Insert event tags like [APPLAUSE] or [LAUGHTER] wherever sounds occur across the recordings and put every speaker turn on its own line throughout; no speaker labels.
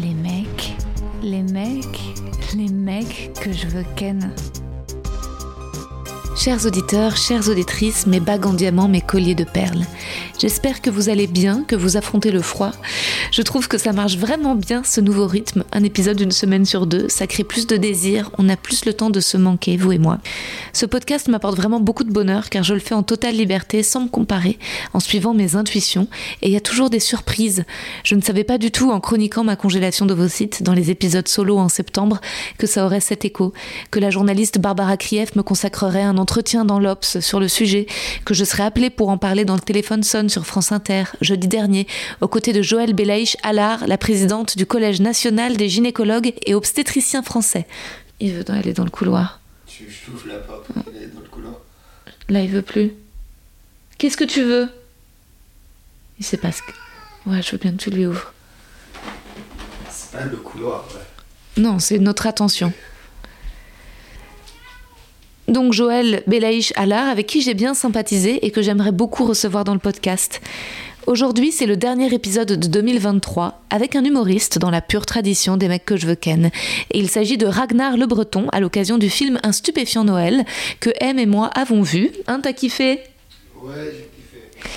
Les mecs, les mecs, les mecs que je veux ken. Chers auditeurs, chères auditrices, mes bagues en diamant, mes colliers de perles. J'espère que vous allez bien, que vous affrontez le froid. Je trouve que ça marche vraiment bien ce nouveau rythme, un épisode d'une semaine sur deux, ça crée plus de désir, on a plus le temps de se manquer, vous et moi. Ce podcast m'apporte vraiment beaucoup de bonheur car je le fais en totale liberté, sans me comparer, en suivant mes intuitions, et il y a toujours des surprises. Je ne savais pas du tout en chroniquant ma congélation de vos sites dans les épisodes solo en septembre que ça aurait cet écho, que la journaliste Barbara Krief me consacrerait un entretien dans l'Obs sur le sujet, que je serais appelée pour en parler dans le téléphone sonne sur France Inter jeudi dernier, aux côtés de Joël Belaïch Allard, la présidente du Collège national des gynécologues et obstétriciens français. Il veut aller dans le couloir.
Tu je t'ouvre la porte pour qu'elle aille dans le couloir.
Là, il veut plus. Qu'est-ce que tu veux Il sait pas ce que. Ouais, je veux bien que tu lui ouvres.
C'est pas le couloir, ouais.
Non, c'est notre attention. Donc Joël Belaïch Allard, avec qui j'ai bien sympathisé et que j'aimerais beaucoup recevoir dans le podcast. Aujourd'hui, c'est le dernier épisode de 2023 avec un humoriste dans la pure tradition des mecs que je veux ken. Et il s'agit de Ragnar Le Breton à l'occasion du film Un stupéfiant Noël que M et moi avons vu. Hein, t'as kiffé
Ouais, j'ai kiffé.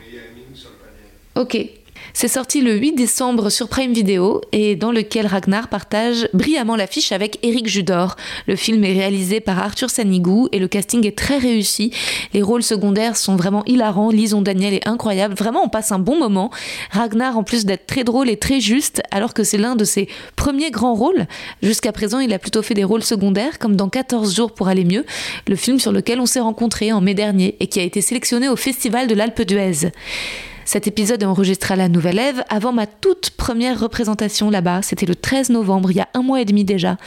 Mais il y a une mine sur le panier.
Ok. C'est sorti le 8 décembre sur Prime Video et dans lequel Ragnar partage brillamment l'affiche avec Eric Judor. Le film est réalisé par Arthur Sanigou et le casting est très réussi. Les rôles secondaires sont vraiment hilarants. Lison Daniel est incroyable. Vraiment, on passe un bon moment. Ragnar, en plus d'être très drôle et très juste, alors que c'est l'un de ses premiers grands rôles, jusqu'à présent, il a plutôt fait des rôles secondaires, comme dans 14 jours pour aller mieux, le film sur lequel on s'est rencontrés en mai dernier et qui a été sélectionné au Festival de l'Alpe d'Huez. Cet épisode est enregistré à la Nouvelle Ève avant ma toute première représentation là-bas. C'était le 13 novembre, il y a un mois et demi déjà.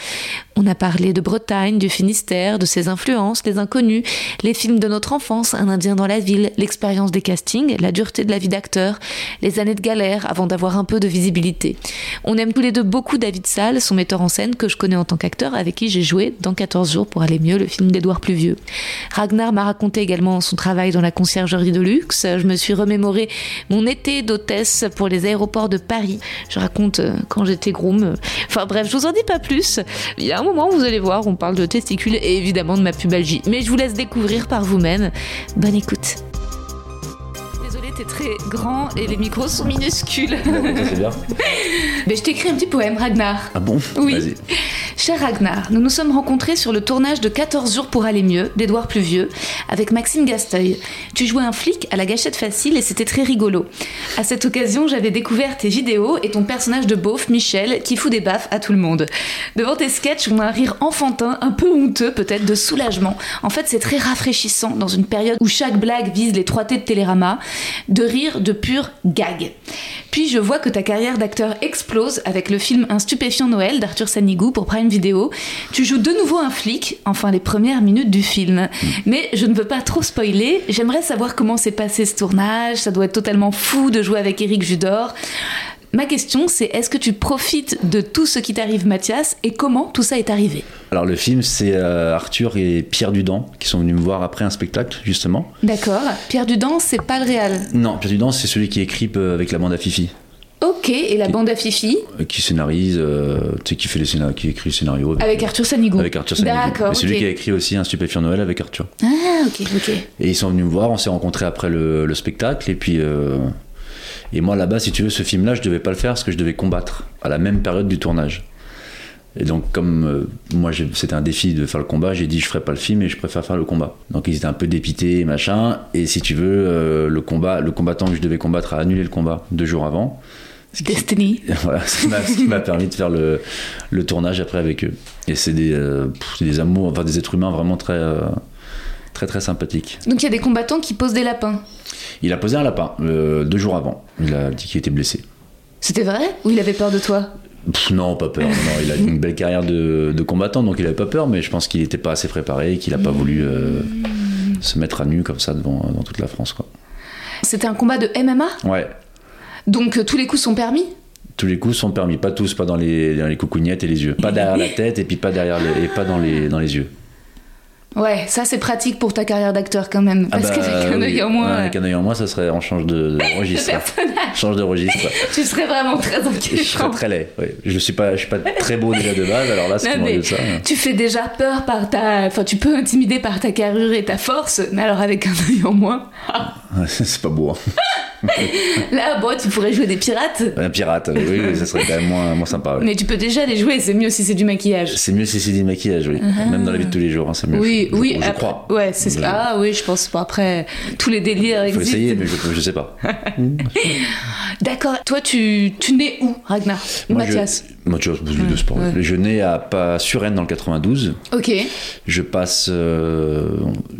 On a parlé de Bretagne, du Finistère, de ses influences, des inconnus, les films de notre enfance, Un Indien dans la ville, l'expérience des castings, la dureté de la vie d'acteur, les années de galère avant d'avoir un peu de visibilité. On aime tous les deux beaucoup David Salle, son metteur en scène que je connais en tant qu'acteur, avec qui j'ai joué dans 14 jours pour aller mieux le film d'Édouard Pluvieux. Ragnar m'a raconté également son travail dans la conciergerie de luxe. Je me suis remémoré mon été d'hôtesse pour les aéroports de Paris. Je raconte euh, quand j'étais groom. Enfin bref, je vous en dis pas plus. Il y a un moment, vous allez voir, on parle de testicules et évidemment de ma pubalgie. Mais je vous laisse découvrir par vous-même. Bonne écoute. Désolée, t'es très grand et les micros sont minuscules.
C'est bien.
[LAUGHS] Mais je t'écris un petit poème, Ragnar.
Ah bon
Oui.
Vas-y.
Cher Ragnar, nous nous sommes rencontrés sur le tournage de 14 jours pour aller mieux d'Edouard Pluvieux avec Maxime Gasteuil. Tu jouais un flic à la gâchette facile et c'était très rigolo. À cette occasion, j'avais découvert tes vidéos et ton personnage de beauf, Michel, qui fout des baffes à tout le monde. Devant tes sketchs, on a un rire enfantin, un peu honteux peut-être, de soulagement. En fait, c'est très rafraîchissant dans une période où chaque blague vise les 3T de Télérama, de rire de pur gag. Puis je vois que ta carrière d'acteur explose avec le film Un stupéfiant Noël d'Arthur Sanigou pour Prime Video. Tu joues de nouveau un flic, enfin les premières minutes du film.
Mm.
Mais je ne veux pas trop spoiler, j'aimerais savoir comment s'est passé ce tournage, ça doit être totalement fou de jouer avec Eric Judor. Ma question c'est est-ce que tu profites de tout ce qui t'arrive Mathias et comment tout ça est arrivé
Alors le film, c'est euh, Arthur et Pierre Dudan qui sont venus me voir après un spectacle, justement.
D'accord, Pierre Dudan c'est pas le réel.
Non, Pierre Dudan, c'est celui qui écrit euh, avec la bande à Fifi.
Ok, et la bande à Fifi
euh, qui scénarise, euh, tu sais, qui fait les scénarios, qui écrit le scénario.
avec Arthur Sanigou.
Avec Arthur Sanigou.
D'accord.
Et C'est lui
ok.
qui a écrit aussi un stupéfiant Noël avec Arthur.
Ah, ok, ok.
Et ils sont venus me voir, on s'est rencontrés après le, le spectacle. Et puis. euh, et moi, là-bas, si tu veux, ce film-là, je devais pas le faire parce que je devais combattre à la même période du tournage. Et donc, comme euh, moi, j'ai- c'était un défi de faire le combat, j'ai dit je ferai pas le film et je préfère faire le combat. Donc, ils étaient un peu dépités, machin. Et si tu veux, euh, le combat, le combattant que je devais combattre a annulé le combat deux jours avant. [LAUGHS]
Destiny.
voilà, ce qui m'a- ce qui m'a permis de faire le, le tournage après avec eux. Et c'est des, euh, pff, c'est des amours, enfin des êtres humains vraiment très, euh, très, très sympathiques.
Donc il y a des combattants qui posent des lapins.
Il a posé un lapin euh, deux jours avant. Il a dit qu'il était blessé.
C'était vrai Ou il avait peur de toi
Pff, non, pas peur. non, non, il a une belle carrière de, de combattant, donc il avait pas peur, mais je pense qu'il n'était pas assez préparé, qu'il a pas voulu euh, se mettre à nu comme ça devant dans toute la France. Quoi.
C'était un combat de MMA
Ouais,
Donc euh, tous les coups sont permis
tous les coups sont permis, pas tous, pas dans les, dans les coucougnettes et les yeux,
[LAUGHS]
pas derrière la tête et puis pas derrière les, et pas dans les, dans les yeux.
Ouais, ça c'est pratique pour ta carrière d'acteur quand même.
Ah
Parce
bah,
qu'avec un
oui.
œil en moins,
Ouais, Avec un œil en moins, ça serait. On change
[LAUGHS]
de, de registre. change de registre.
tu serais vraiment très
Et je
inquiétant.
serais très laid. ouais. Je suis pas, je suis pas très beau déjà de base. Alors là, c'est
Non, mais
ça. hein.
tu fais déjà peur par ta. Enfin, tu peux intimider par ta carrure et ta force, mais alors avec un œil en
[LAUGHS]
moins.
Ouais, c'est pas beau. hein.
Là, bon, tu pourrais jouer des pirates,
Un pirate, euh, oui, oui, ça serait quand même moins, moins sympa. ouais.
mais tu peux déjà les jouer, c'est mieux si c'est du maquillage.
C'est mieux si c'est du maquillage, oui. Même dans la vie de tous les jours, hein, c'est mieux.
Ah. Oui,
Je-
oui,
je
après-
crois.
Ouais, c'est
Je-
Ah oui, je pense. Bon, après, tous les délires
Faut
existent.
essayer, mais je, je sais pas.
D'accord. Toi, tu, tu nais où, Ragnar Ou
Moi, je-
Mathias
Moi, tu vois, je bouge de sport. Je nais à pas Suresnes dans le 92.
Ok.
Je passe euh,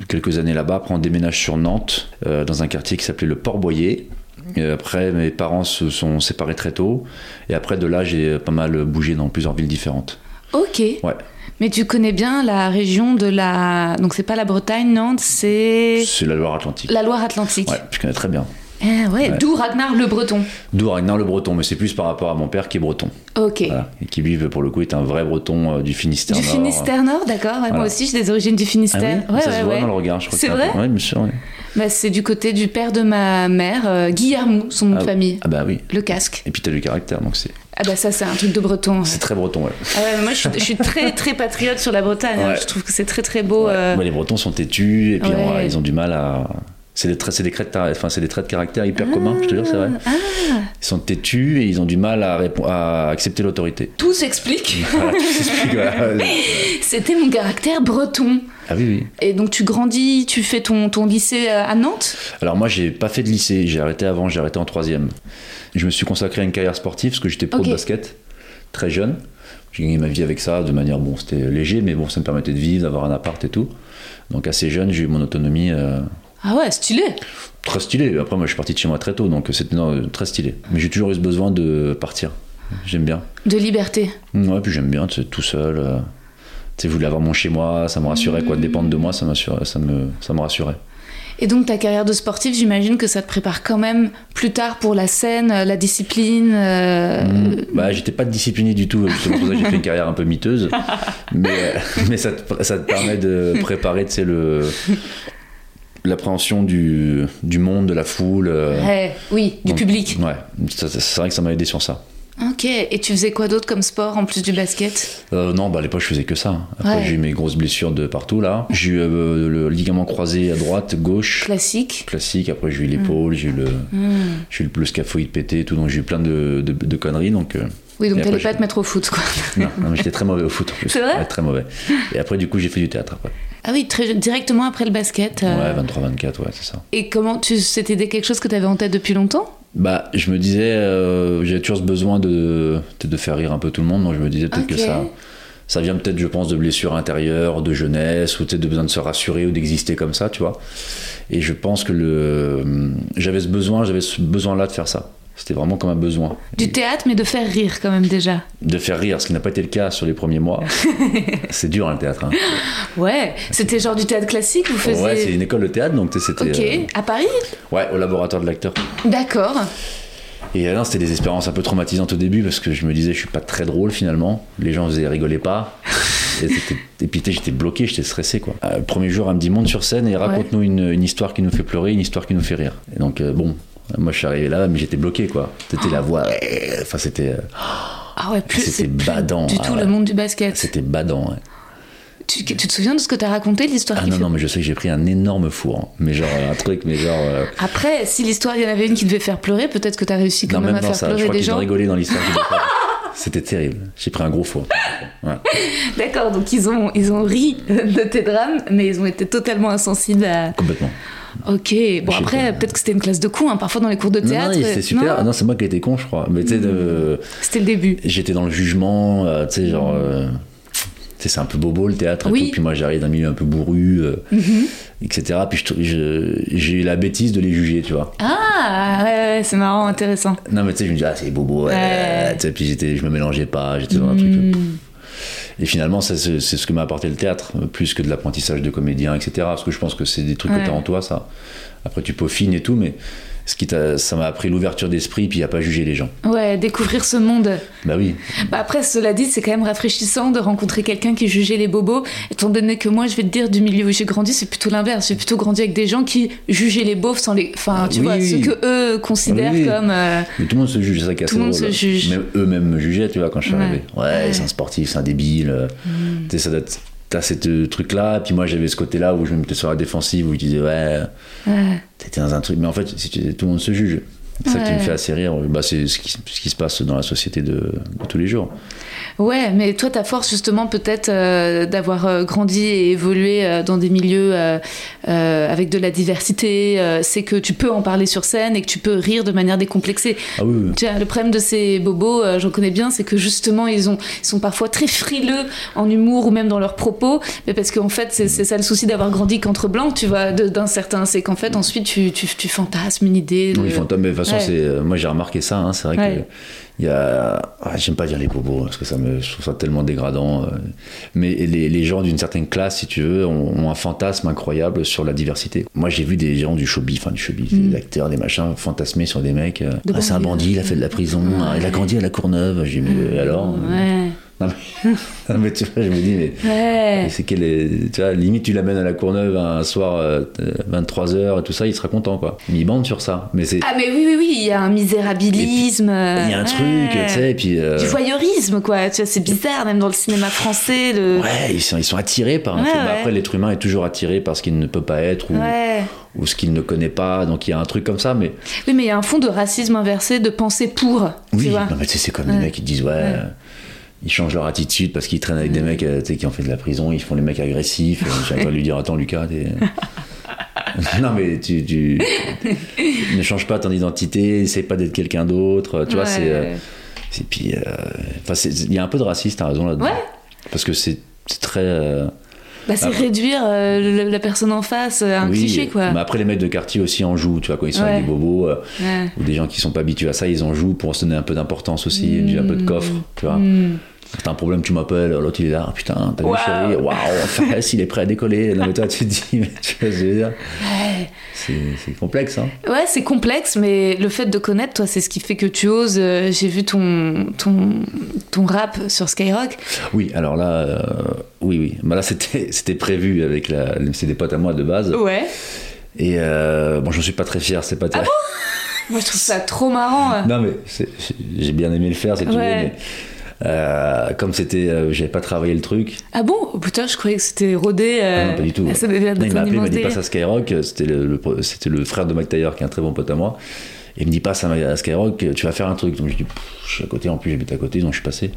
quelques années là-bas, après on déménage sur Nantes, euh, dans un quartier qui s'appelait le Port-Boyer. Et après, mes parents se sont séparés très tôt, et après de là, j'ai pas mal bougé dans plusieurs villes différentes.
Ok.
Ouais,
Mais tu connais bien la région de la. Donc, c'est pas la Bretagne, Nantes, c'est.
c'est la Loire-Atlantique.
La Loire-Atlantique.
Ouais, je connais très bien.
Ah Ouais. D'où Ragnar le Breton.
D'où Ragnar le Breton, mais c'est plus par rapport à mon père qui est breton,
Ok.
voilà. et qui lui, pour le coup, est un vrai breton euh, du Finistère.
Du
Nord.
Finistère Nord, d'accord. Ouais, Moi
Voilà.
aussi, j'ai des origines du
Ah oui
Finistère. ouais,
ça
ouais,
se voit
ouais.
dans le regard, je crois.
C'est
que
vrai
un peu- Ouais, bien sûr. ouais.
Bah, c'est du côté du père de ma mère, euh, Guillermou, son nom de
Ah,
famille.
Ah bah oui.
Le casque.
Et puis t'as du caractère, donc c'est
Ah bah ça, c'est un truc de breton.
c'est très breton. Ouais.
Ah ouais, mais moi, je, suis- je suis très, très patriote sur la Bretagne. hein.
Ouais.
Je trouve que c'est très, très beau.
Ouais.
euh,
Bah, les Bretons sont têtus et puis
Ouais.
ouais, ils ont du mal à. C'est des, traits, c'est des, traits de- enfin, c'est des traits de caractère hyper
Ah.
communs, je te jure, c'est vrai. Ils sont têtus et ils ont du mal à, répo- à accepter l'autorité. [LAUGHS]
Tout s'explique. [LAUGHS]
Voilà, [LAUGHS] tu t'expliques, voilà.
C'était mon caractère breton.
Ah oui, oui.
Et donc, tu grandis, tu fais ton, ton lycée euh, à Nantes
Alors moi, j'ai pas fait de lycée, j'ai arrêté avant, j'ai arrêté en troisième. Je me suis consacré à une carrière sportive parce que j'étais pro
Ok.
de basket, très jeune. J'ai gagné ma vie avec ça de manière, bon, c'était léger, mais bon, ça me permettait de vivre, d'avoir un appart et tout. Donc assez jeune, j'ai eu mon autonomie. euh,
Ah ouais, stylé.
Très stylé. Après, moi, je suis parti de chez moi très tôt, donc c'était non, euh, très stylé. Mais j'ai toujours eu ce besoin de partir. J'aime bien.
De liberté.
Ouais, puis j'aime bien, tu sais, tout seul. euh, Tu sais, je voulais avoir mon chez moi, ça me rassurait, quoi. Dépendre de moi, ça, m'assurait- ça, me, ça me rassurait.
Et donc, ta carrière de sportif, j'imagine que ça te prépare quand même plus tard pour la scène, euh, la discipline. euh,
Bah, j'étais pas discipliné du tout, justement, c'est pour ça que j'ai fait une carrière un peu miteuse. Mais, euh, mais ça, te, ça te permet de préparer, tu sais, le. L'appréhension du, du monde, de la foule. euh,
ouais, Eh, oui, du
donc,
public.
Ouais, Ça- ça- c'est vrai que ça m'a aidé sur ça.
Ok. Et tu faisais quoi d'autre comme sport en plus du basket
Euh, non, bah à l'époque je faisais que ça. Après
Ouais.
j'ai eu mes grosses blessures de partout là. J'ai eu euh, le ligament croisé à droite, gauche,
Classique.
classique. Après j'ai eu
Mm.
l'épaule, j'ai eu le, j'ai eu le, le scaphoïde pété, et tout. Donc j'ai eu plein de, de- de conneries. Donc euh,
Oui, donc
Et
t'allais
après,
pas
je-
te mettre au foot, quoi. [LAUGHS]
non, non, mais j'étais très mauvais au foot en plus.
C'est vrai
Ouais, Très mauvais. Et après du coup j'ai fait du théâtre après.
Ah oui, très, directement après le basket. euh,
Ouais, 23-24, ouais, c'est ça.
Et comment tu c'était des- quelque chose que tu avais en tête depuis longtemps
Bah je me disais, euh, j'avais toujours ce besoin de peut-être de faire rire un peu tout le monde. Donc je me disais peut-être
Ok.
que ça. Ça vient peut-être, je pense, de blessures intérieures, de jeunesse, ou peut-être de besoin de se rassurer ou d'exister comme ça, tu vois. Et je pense que le, j'avais ce besoin, j'avais ce besoin-là de faire ça. C'était vraiment comme un besoin
Du théâtre, mais de faire rire quand même déjà.
de faire rire, ce qui n'a pas été le cas sur les
[LAUGHS]
premiers mois. c'est dur hein, le théâtre. hein.
Ouais, c'était genre du théâtre classique, vous faisiez.
Ouais, c'est une école de théâtre, donc c'était
Ok,
euh,
à Paris
ouais au laboratoire de l'acteur.
D'accord.
Et euh, non, c'était des expériences un peu traumatisantes au début parce que je me disais, je suis pas très drôle finalement. Les gens faisaient rigoler pas. Et, c'était- et puis tu sais, j'étais bloqué, j'étais stressé quoi. Euh, le premier jour, elle me dit monte sur scène et raconte-nous une, une histoire qui nous fait pleurer, une histoire qui nous fait rire. Et donc euh, bon, Moi, je suis arrivé là, mais j'étais bloqué, quoi. C'était la voix. euh, Enfin, c'était.
Ah ouais, plus.
C'était
c'est plus
badant,
Du
ah
tout
ouais.
le monde du basket.
C'était badant, ouais.
Tu, tu te souviens de ce que t'as raconté, de l'histoire
Ah
qui
non,
fait
non, mais je sais que j'ai pris un énorme four. hein. Mais genre, euh, un truc, mais genre. euh,
Après, si l'histoire, il y en avait une qui devait faire pleurer, peut-être que t'as réussi quand
Non,
même
même
à
dans
faire
ça, je
pleurer
crois
des
qu'ils ont
gens.
rigolé dans l'histoire. qu'ils ont faite. C'était terrible. J'ai pris un gros four. Ouais.
D'accord, donc ils ont, ils ont ri de tes drames, mais ils ont été totalement insensibles à.
Complètement.
Ok, bon
sais
après,
pas.
peut-être que c'était une classe de cons, hein, parfois dans les cours de
Non,
théâtre. euh,
non, c'était super.
Non, Hmm.
Ah Non, c'est moi qui ai été con, je crois. Mais tu sais, de-
c'était le début.
j'étais dans le jugement, euh, tu sais, genre. euh, tu sais, c'est un peu bobo le théâtre. et
Oui. Mhm.
tout. Puis moi, j'arrive d'un milieu un peu bourru, euh, etc. Puis je trou- je- j'ai eu la bêtise de les juger, tu vois.
Ah, ouais, ouais, c'est marrant, intéressant.
Non, mais tu sais, je me dis, ah, c'est bobo. ouais,
Ouais. Hmm.
tu sais, puis j'étais, je me mélangeais pas, j'étais dans un truc. euh, pff. Et finalement, ça, c'est c'est ce que m'a apporté le théâtre, euh, plus que de l'apprentissage de comédien, etc. Parce que je pense que c'est des trucs
Ouais.
que t'as en toi, ça. Après, tu peaufines et tout, mais ce qui t'a- ça m'a appris l'ouverture d'esprit, puis à pas juger les gens.
Ouais, découvrir ce monde.
Bah oui,
Bah après, cela dit, c'est quand même rafraîchissant de rencontrer quelqu'un qui jugeait les bobos, étant donné que moi, je vais te dire, du milieu où j'ai grandi, c'est plutôt l'inverse. J'ai plutôt grandi avec des gens qui jugeaient les beaufs sans les. Enfin, tu
Oui,
vois,
oui.
ce que eux considèrent
Oui, oui.
comme. euh,
Mais tout le monde se juge, c'est ça qui est
Tout le
assez
monde
drôle.
se juge.
Même eux-mêmes me jugeaient, tu vois, quand je suis
Ouais. Mm.
arrivé. Ouais, c'est un sportif, c'est un débile. euh, Tu sais, ça doit être- T'as ce truc-là, puis moi j'avais ce côté-là où je me mettais sur la défensive, où je disais, ouais, t'étais dans un truc. Mais en fait, si tu- tout le monde se juge. C'est ça qui
Ouais.
me fait assez rire. Bah, c'est ce qui, ce qui se passe dans la société de, de tous les jours.
Ouais, mais toi, ta force, justement, peut-être euh, d'avoir euh, grandi et évolué euh, dans des milieux euh, euh, avec de la diversité, euh, c'est que tu peux en parler sur scène et que tu peux rire de manière décomplexée.
Ah oui, oui.
Tu vois, le problème de ces bobos, euh, j'en connais bien, c'est que justement, ils, ont, ils sont parfois très frileux en humour ou même dans leurs propos, mais parce qu'en fait, c'est c'est ça le souci d'avoir grandi qu'entre blancs, tu vois, de- d'un certain. C'est qu'en fait, ensuite, tu, tu, tu fantasmes une idée. de-
Oui, fantôme, mais de toute façon,
Ouais.
c'est, euh, moi j'ai remarqué ça, hein, c'est vrai
Ouais.
que il y a, ah, j'aime pas dire les bobos parce que ça me, je trouve ça tellement dégradant. euh, mais les, les gens d'une certaine classe, si tu veux, ont, ont un fantasme incroyable sur la diversité. Moi j'ai vu des gens du showbiz, enfin du showbiz, des acteurs, des machins, fantasmer sur des mecs. euh,
Mm. De
ah, c'est un
banlieue.
bandit, il a fait de la prison, ah, il a grandi à la Courneuve. J'ai dit, mais alors. euh,
Mm. Ouais.
non, mais, non, mais [LAUGHS] tu vois, je me dis, mais.
Ouais.
Et c'est qu'elle est- tu vois, limite tu l'amènes à la Courneuve un soir euh, 23h et tout ça, il sera content quoi. Mais il bande sur ça. Mais c'est
Ah, mais oui, oui, oui, il y a un misérabilisme. euh,
il y a un truc, tu sais, et puis. euh,
Du voyeurisme, quoi. Tu vois, c'est bizarre, même dans le cinéma français. Le...
Ouais, ils sont, ils sont attirés par un
Ouais,
truc. Mais
ouais.
Après, l'être humain est toujours attiré par ce qu'il ne peut pas être ou,
Ouais.
ou ce qu'il ne connaît pas. Donc, il y a un truc comme ça. Mais
Oui, mais il y a un fond de racisme inversé, de pensée pour.
oui,
tu vois.
non, mais tu sais, c'est comme les mecs qui disent, ouais, euh, ils changent leur attitude parce qu'ils traînent avec des mecs euh, tu sais, qui ont fait de la prison, ils font les mecs agressifs. Euh, J'ai envie de lui dire, attends, Lucas, t'es. [LAUGHS] non, mais tu, tu- ne change pas ton identité, essaie pas d'être quelqu'un d'autre. Tu vois,
Ouais.
c'est. euh, Et puis, euh, enfin, c'est- il y a un peu de raciste, t'as raison là-dedans.
Ouais.
Parce que c'est c'est très. euh,
Bah, c'est
Ah.
réduire euh, le- la personne en face à un
oui,
cliché, quoi.
Mais après, les mecs de quartier aussi en jouent, tu vois, quand ils sont
Ouais.
avec des bobos euh,
Ouais.
ou des gens qui sont pas habitués à ça, ils en jouent pour se donner un peu d'importance aussi, du- un peu
Mm.
de coffre, tu vois. T'as un problème, tu m'appelles, l'autre il est là, Ah, putain, t'as
Waouh.
vu chérie, waouh, Fares, il est prêt à décoller. Non, mais toi, tu te dis, [LAUGHS] mais tu vois ce que je veux dire C'est c'est complexe, hein.
Ouais, c'est complexe, mais le fait de connaître, toi, c'est ce qui fait que tu oses. Euh, J'ai vu ton, ton, ton rap sur Skyrock.
Oui, alors là, euh, oui, oui. Bah là, c'était c'était prévu avec la. C'est des potes à moi de base.
Ouais.
Et euh, bon, j'en suis pas très fier, c'est pas
Ah
très.
Moi, je trouve ça trop marrant. euh.
Non mais c'est- j'ai bien aimé le faire, c'est tout.
Ouais.
Mais, euh, comme c'était, euh, j'avais pas travaillé le truc.
Ah bon Oh, Putain, je croyais que c'était rodé.
Ah
euh,
non, pas du tout.
Ça devait être
Non, il
ton
m'a appelé, il
immense
m'a dit
délire.
passe à Skyrock. C'était le, le- c'était le frère de Mac Taylor, qui est un très bon pote à moi. Et il me dit passe à, à Skyrock, tu vas faire un truc. Donc je dis Pff, je suis à côté. En plus j'habite à côté, donc je suis passé.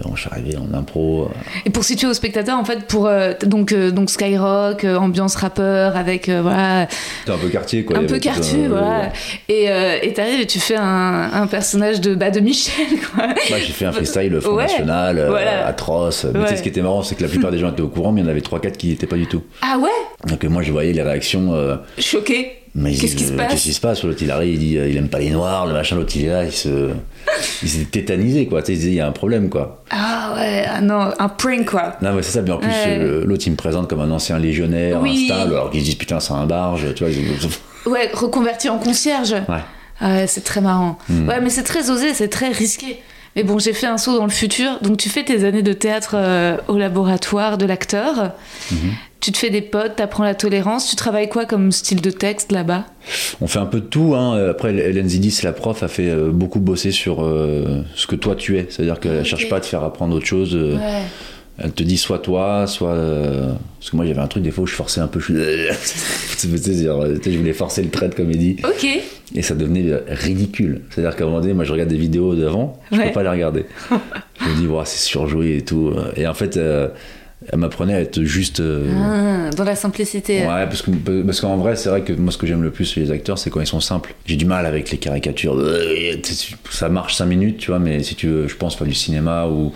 Et bon, je suis arrivé en impro. euh,
Et pour situer au spectateur, en fait, pour euh, t- donc euh, donc Skyrock, euh, ambiance rappeur avec euh, voilà
C'était un peu quartier quoi. il
un
y
peu
avait tout
quartier,
un-
voilà. Et euh, et t'arrives et tu fais un, un personnage de bah de Michel [LAUGHS] quoi.
Bah, j'ai fait un freestyle Front
Ouais,
National, euh,
voilà.
atroce. Mais tu
Ouais.
sais, ce qui était marrant, c'est que la plupart des gens étaient au courant, mais il y en avait 3-4 qui n'y étaient pas du tout.
Ah ouais,
Donc euh, moi, je voyais les réactions. euh,
choqué.
Mais il
Qu'est-ce
dit,
qui se
euh, Qu'est-ce
passe
qui se passe L'autre il arrive, il dit euh, il aime pas les noirs, le machin, l'autre il est là, il se. Il s'est tétanisé quoi, tu sais, il disait il y a un problème quoi.
Ah ouais, ah non, un prank quoi.
Non mais c'est ça, mais en plus
Ouais.
euh, l'autre il me présente comme un ancien légionnaire,
Oui.
instable, alors qu'ils se disent putain c'est un barge, tu vois. ils-
Ouais, reconverti en concierge.
Ouais. Hmm.
Ah ouais, c'est très marrant. Ouais, mais c'est très osé, c'est très risqué. Mais bon, j'ai fait un
Mhm.
saut dans le futur. Donc, tu fais tes années de théâtre euh, au laboratoire de l'acteur. Tu te fais des potes, t'apprends la tolérance. Tu travailles quoi comme style de texte là-bas
On fait un peu de tout. Hein. Après, Hélène Zidis, la prof, a fait euh, beaucoup bosser sur euh, ce que toi tu es. C'est-à-dire qu'elle
Ok.
cherche pas à te faire apprendre autre chose. euh,
Ouais.
Elle te dit soit toi, soit. euh, Parce que moi, j'avais un truc, des fois, où je forçais un peu. Je, [LAUGHS] Tu sais, genre, tu sais, je voulais forcer le trait de comédie.
Ok.
Et ça devenait euh, ridicule. C'est-à-dire qu'à un moment donné, moi je regarde des vidéos d'avant, je
Ouais.
peux pas les
[LAUGHS]
regarder. je me dis, Ouah, c'est surjoué et tout. Et en fait, euh, elle m'apprenait à être juste. euh,
Ah, dans la simplicité.
Ouais, parce que parce qu'en vrai, c'est vrai que moi, ce que j'aime le plus chez les acteurs, c'est quand ils sont simples. J'ai du mal avec les caricatures. Euh, Ça marche 5 minutes, tu vois, mais si tu veux, je pense, faire du cinéma ou,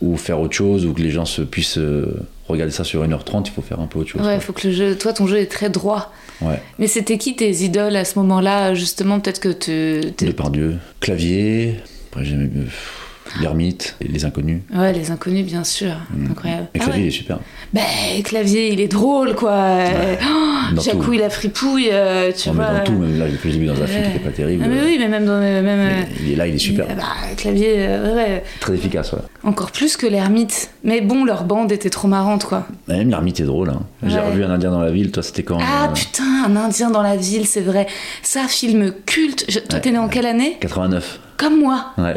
ou faire autre chose, ou que les gens se puissent euh, regarder ça sur 1h30, il faut faire un peu autre chose.
Ouais, faut que le jeu. Toi, ton jeu est très droit.
quoi. ouais.
Mais c'était qui tes idoles à ce moment-là, justement Peut-être que tu. tu-
Depardieu. Clavier. Après, j'aimais. euh, pff, L'ermite, et les inconnus.
Ouais, les inconnus, bien sûr. Incroyable.
Et
Ah
Clavier,
ouais.
il est super.
Bah, clavier, il est drôle, quoi. Oh,
Dans tout.
Jacouille, la fripouille, euh, tu
On met
vois.
dans tout, hein. même là, depuis le début, dans un film qui
Ouais.
n'était pas terrible. euh.
Ah, mais oui, mais même dans. Même,
Mais
euh,
il est là, il est super.
euh, bah, clavier, euh, ouais, ouais.
Très efficace, ouais.
Encore plus que l'ermite. Mais bon, leur bande était trop marrante, quoi.
Même l'ermite est drôle. hein. J'ai
Ouais.
revu un Indien dans la ville, toi, c'était quand
Ah
euh,
putain, un Indien dans la ville, c'est vrai. Ça, film culte. Je- Toi,
Ouais.
t'es né en quelle année
89.
Comme moi.
Ouais.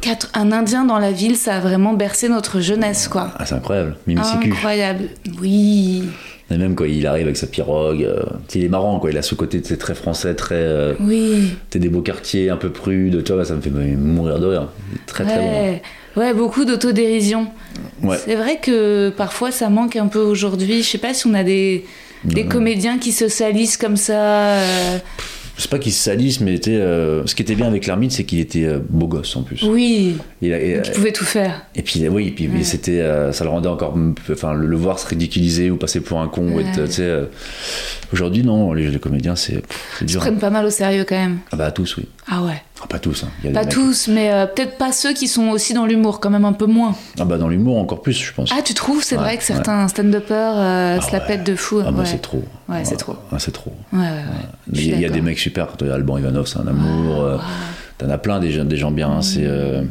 Quatre- Un Indien dans la ville, ça a vraiment bercé notre jeunesse, quoi.
Ah, c'est incroyable. Mimi Siku.
Incroyable. Oui.
Et même quand il arrive avec sa pirogue, euh, il est marrant, quoi. Il a ce côté tu sais, très français, très. euh,
Mm. Oui.
t'es des beaux quartiers, un peu prude, tu vois, ça me fait mourir de rire. Il est Très, très
ouais. ouais, beaucoup d'autodérision.
bon. Ouais.
C'est vrai que parfois ça manque un peu aujourd'hui. Je sais pas si on a des, des comédiens qui se salissent comme ça. euh,
C'est pas qu'il se salisse, mais tu sais, euh, ce qui était bien avec l'ermite, c'est qu'il était euh, beau gosse en plus.
Oui,
Il a- et,
qui pouvaient tout faire.
et puis, oui, et puis mais c'était, euh, ça le rendait encore. m- Enfin, le, le voir se ridiculiser ou passer pour un con. ou être,
Ouais.
tu sais, euh, Aujourd'hui, non, les, les comédiens, c'est pff, c'est
Ils
dur.
prennent pas mal au sérieux quand même.
Ah bah, tous, oui.
Ah ouais.
Ah, pas tous. hein. Il y a des
Pas
mecs-
tous, mais euh, peut-être pas ceux qui sont aussi dans l'humour, quand même un peu moins.
Ah bah, dans l'humour, encore plus, je pense.
Ah, tu trouves C'est
Ouais,
vrai que
ouais.
certains stand-uppers euh,
Ah
se la
ouais.
pètent de fou.
Ah, moi,
ouais.
c'est trop.
Ouais, c'est trop.
Ah, c'est trop.
Ouais, ouais, ouais. Je
Mais
suis
il y a
d'accord. Ah,
des mecs super. Toi, Alban Ivanov, c'est un amour. euh, T'en as plein des gens, des gens bien. hein, C'est. euh,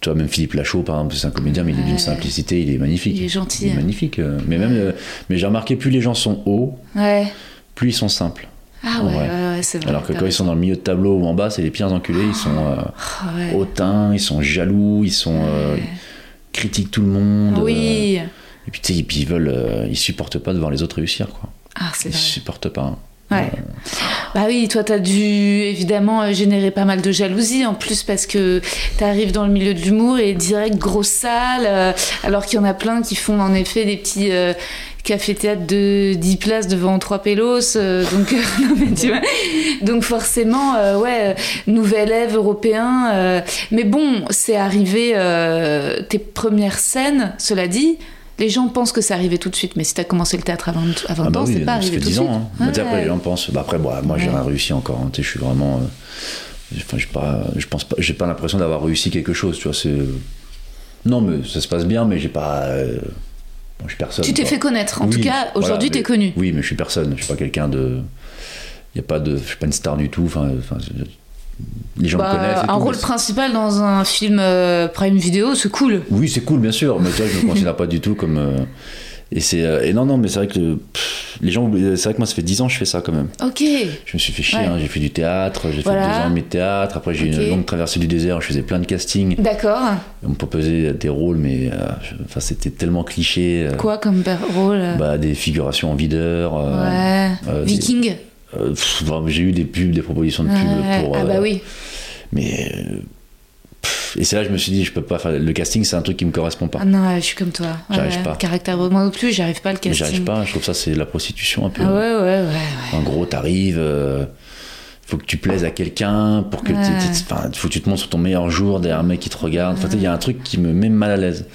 tu vois, même Philippe Lachaud, par exemple, c'est un comédien, mais il est d'une simplicité, il est magnifique.
Il est gentil,
Il est
hein.
magnifique. euh, Mais même, euh, mais j'ai remarqué, plus les gens sont hauts,
Ouais.
plus ils sont simples.
Ah ouais,
Ouais.
ouais, ouais, c'est vrai.
Alors que
t'as
quand ils
raison.
sont dans le milieu de tableau ou en bas, c'est les pires enculés. Ils sont euh,
Ah ouais.
hautains, ils sont jaloux, ils sont euh, ils critiquent tout le monde. euh,
Oui.
et puis tu sais, et puis ils veulent, euh, ils supportent pas de voir les autres réussir, quoi.
Ah, c'est
Ils
vrai.
supportent pas. hein.
Ouais. Bah oui, toi, t'as dû évidemment euh, générer pas mal de jalousie en plus parce que t'arrives dans le milieu de l'humour et direct grosse salle, euh, alors qu'il y en a plein qui font en effet des petits euh, cafés-théâtres de 10 places devant trois pélos. euh, donc, euh, [LAUGHS] non, mais tu vois. donc forcément, euh, ouais, euh, nouvel élève européen. euh, mais bon, c'est arrivé euh, tes premières scènes, cela dit. Les gens pensent que c'est arrivé tout de suite, mais si t'as commencé le théâtre à 20, à 20
Ah bah
ans,
oui,
c'est pas
ça
arrivé
fait
tout de
10
suite.
ans. hein. Mais tu sais, après,
Ouais.
les gens pensent. bah après, moi, moi, j'ai
Ouais.
rien réussi encore. hein. Tu sais, Je suis vraiment. euh, Enfin, j'ai pas. Je pense pas. J'ai pas l'impression d'avoir réussi quelque chose. Tu vois, c'est. Non, mais ça se passe bien, mais j'ai pas. euh, bon, je suis personne.
Tu t'es
quoi.
fait connaître. En tout
Oui,
cas,
voilà,
aujourd'hui,
mais-
t'es connu.
Oui, mais je suis personne. Je suis pas quelqu'un de. Y a pas de. Je suis pas une star du tout. Enfin, enfin, je- les gens
Bah,
me connaissent. et
un
tout,
rôle
mais-
principal dans un film euh, Prime Video, c'est cool.
Oui, c'est cool, bien sûr, mais tu vois, je me considère pas du tout comme. euh, Et c'est. euh, Et non, non, mais c'est vrai que le- pff, les gens. oublient- C'est vrai que moi, ça fait 10 ans que je fais ça quand même.
Ok.
Je me suis fait chier,
Ouais.
hein. j'ai fait du théâtre, j'ai
Voilà.
fait deux ans de mes théâtres, après j'ai eu
Ok. Mm.
une longue traversée du désert, je faisais plein de castings,
D'accord.
on me proposait des rôles, mais euh, je- enfin, c'était tellement cliché. euh,
Quoi comme per- rôle euh,
bah, Des figurations en videur. euh,
Ouais.
euh, des-
Viking.
euh, pff, bon, j'ai eu des pubs, des propositions de pubs
Ouais.
pour.
ah
euh,
bah oui.
Mais. euh, pff, et c'est là que je me suis dit, je peux pas faire. Le casting, c'est un truc qui me correspond pas.
Ah non, je suis comme toi. Ouais,
J'arrive
ouais.
pas.
Caractère, moi non plus, j'arrive pas à le
Mais
casting.
j'y arrive pas, je trouve ça, c'est de la prostitution un peu.
Ah ouais, ouais, ouais. ouais.
En gros, t'arrives, euh, faut que tu plaises à quelqu'un pour que
Ouais.
t'aies- t'aies- enfin, faut que tu te montres sur ton meilleur jour derrière un mec qui te regarde. Enfin, tu sais, il y a un truc qui me met mal à l'aise.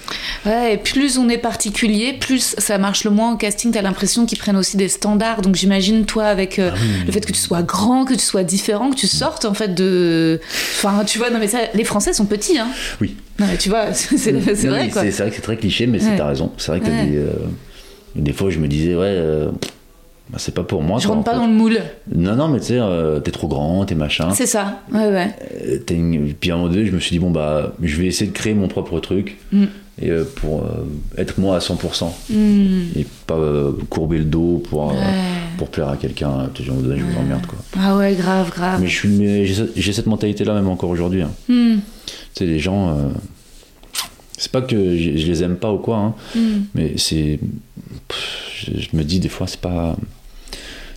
Ouais, et plus on est particulier, plus ça marche le moins en casting. T'as l'impression qu'ils prennent aussi des standards. Donc j'imagine, toi, avec
Ah
euh, le fait que tu sois grand, que tu sois différent, que
Mm.
tu sortes en fait de. Enfin, tu vois, non mais ça, les Français sont petits, hein.
Oui.
Non mais tu vois, [LAUGHS] c'est c'est
Mm. Oui,
vrai quoi.
C'est c'est vrai que euh, c'est très cliché, mais
Ouais.
c'est t'as raison. C'est vrai que t'as
Ouais.
des, euh, des fois, je me disais, ouais, euh, Bah, c'est pas pour moi.
Je
quoi,
rentre
en
pas
fait.
dans le moule.
Non, non, mais tu sais, euh, t'es trop grand, t'es machin.
C'est ça. Ouais, ouais.
Euh, t'es une- Puis à un moment donné, je me suis dit, bon, bah, je vais essayer de créer mon propre truc et, euh, pour euh, être moi à 100% et pas euh, courber le dos pour, euh, pour plaire à quelqu'un. Tu sais, à un moment donné, je vous emmerde, quoi.
Ah ouais, grave, grave.
Mais je suis- mais j'ai ce- j'ai cette mentalité-là même encore aujourd'hui. hein. Tu sais, les gens. euh, c'est pas que je, je les aime pas ou quoi, hein, mais c'est. pff, Je, je me dis des fois, c'est pas.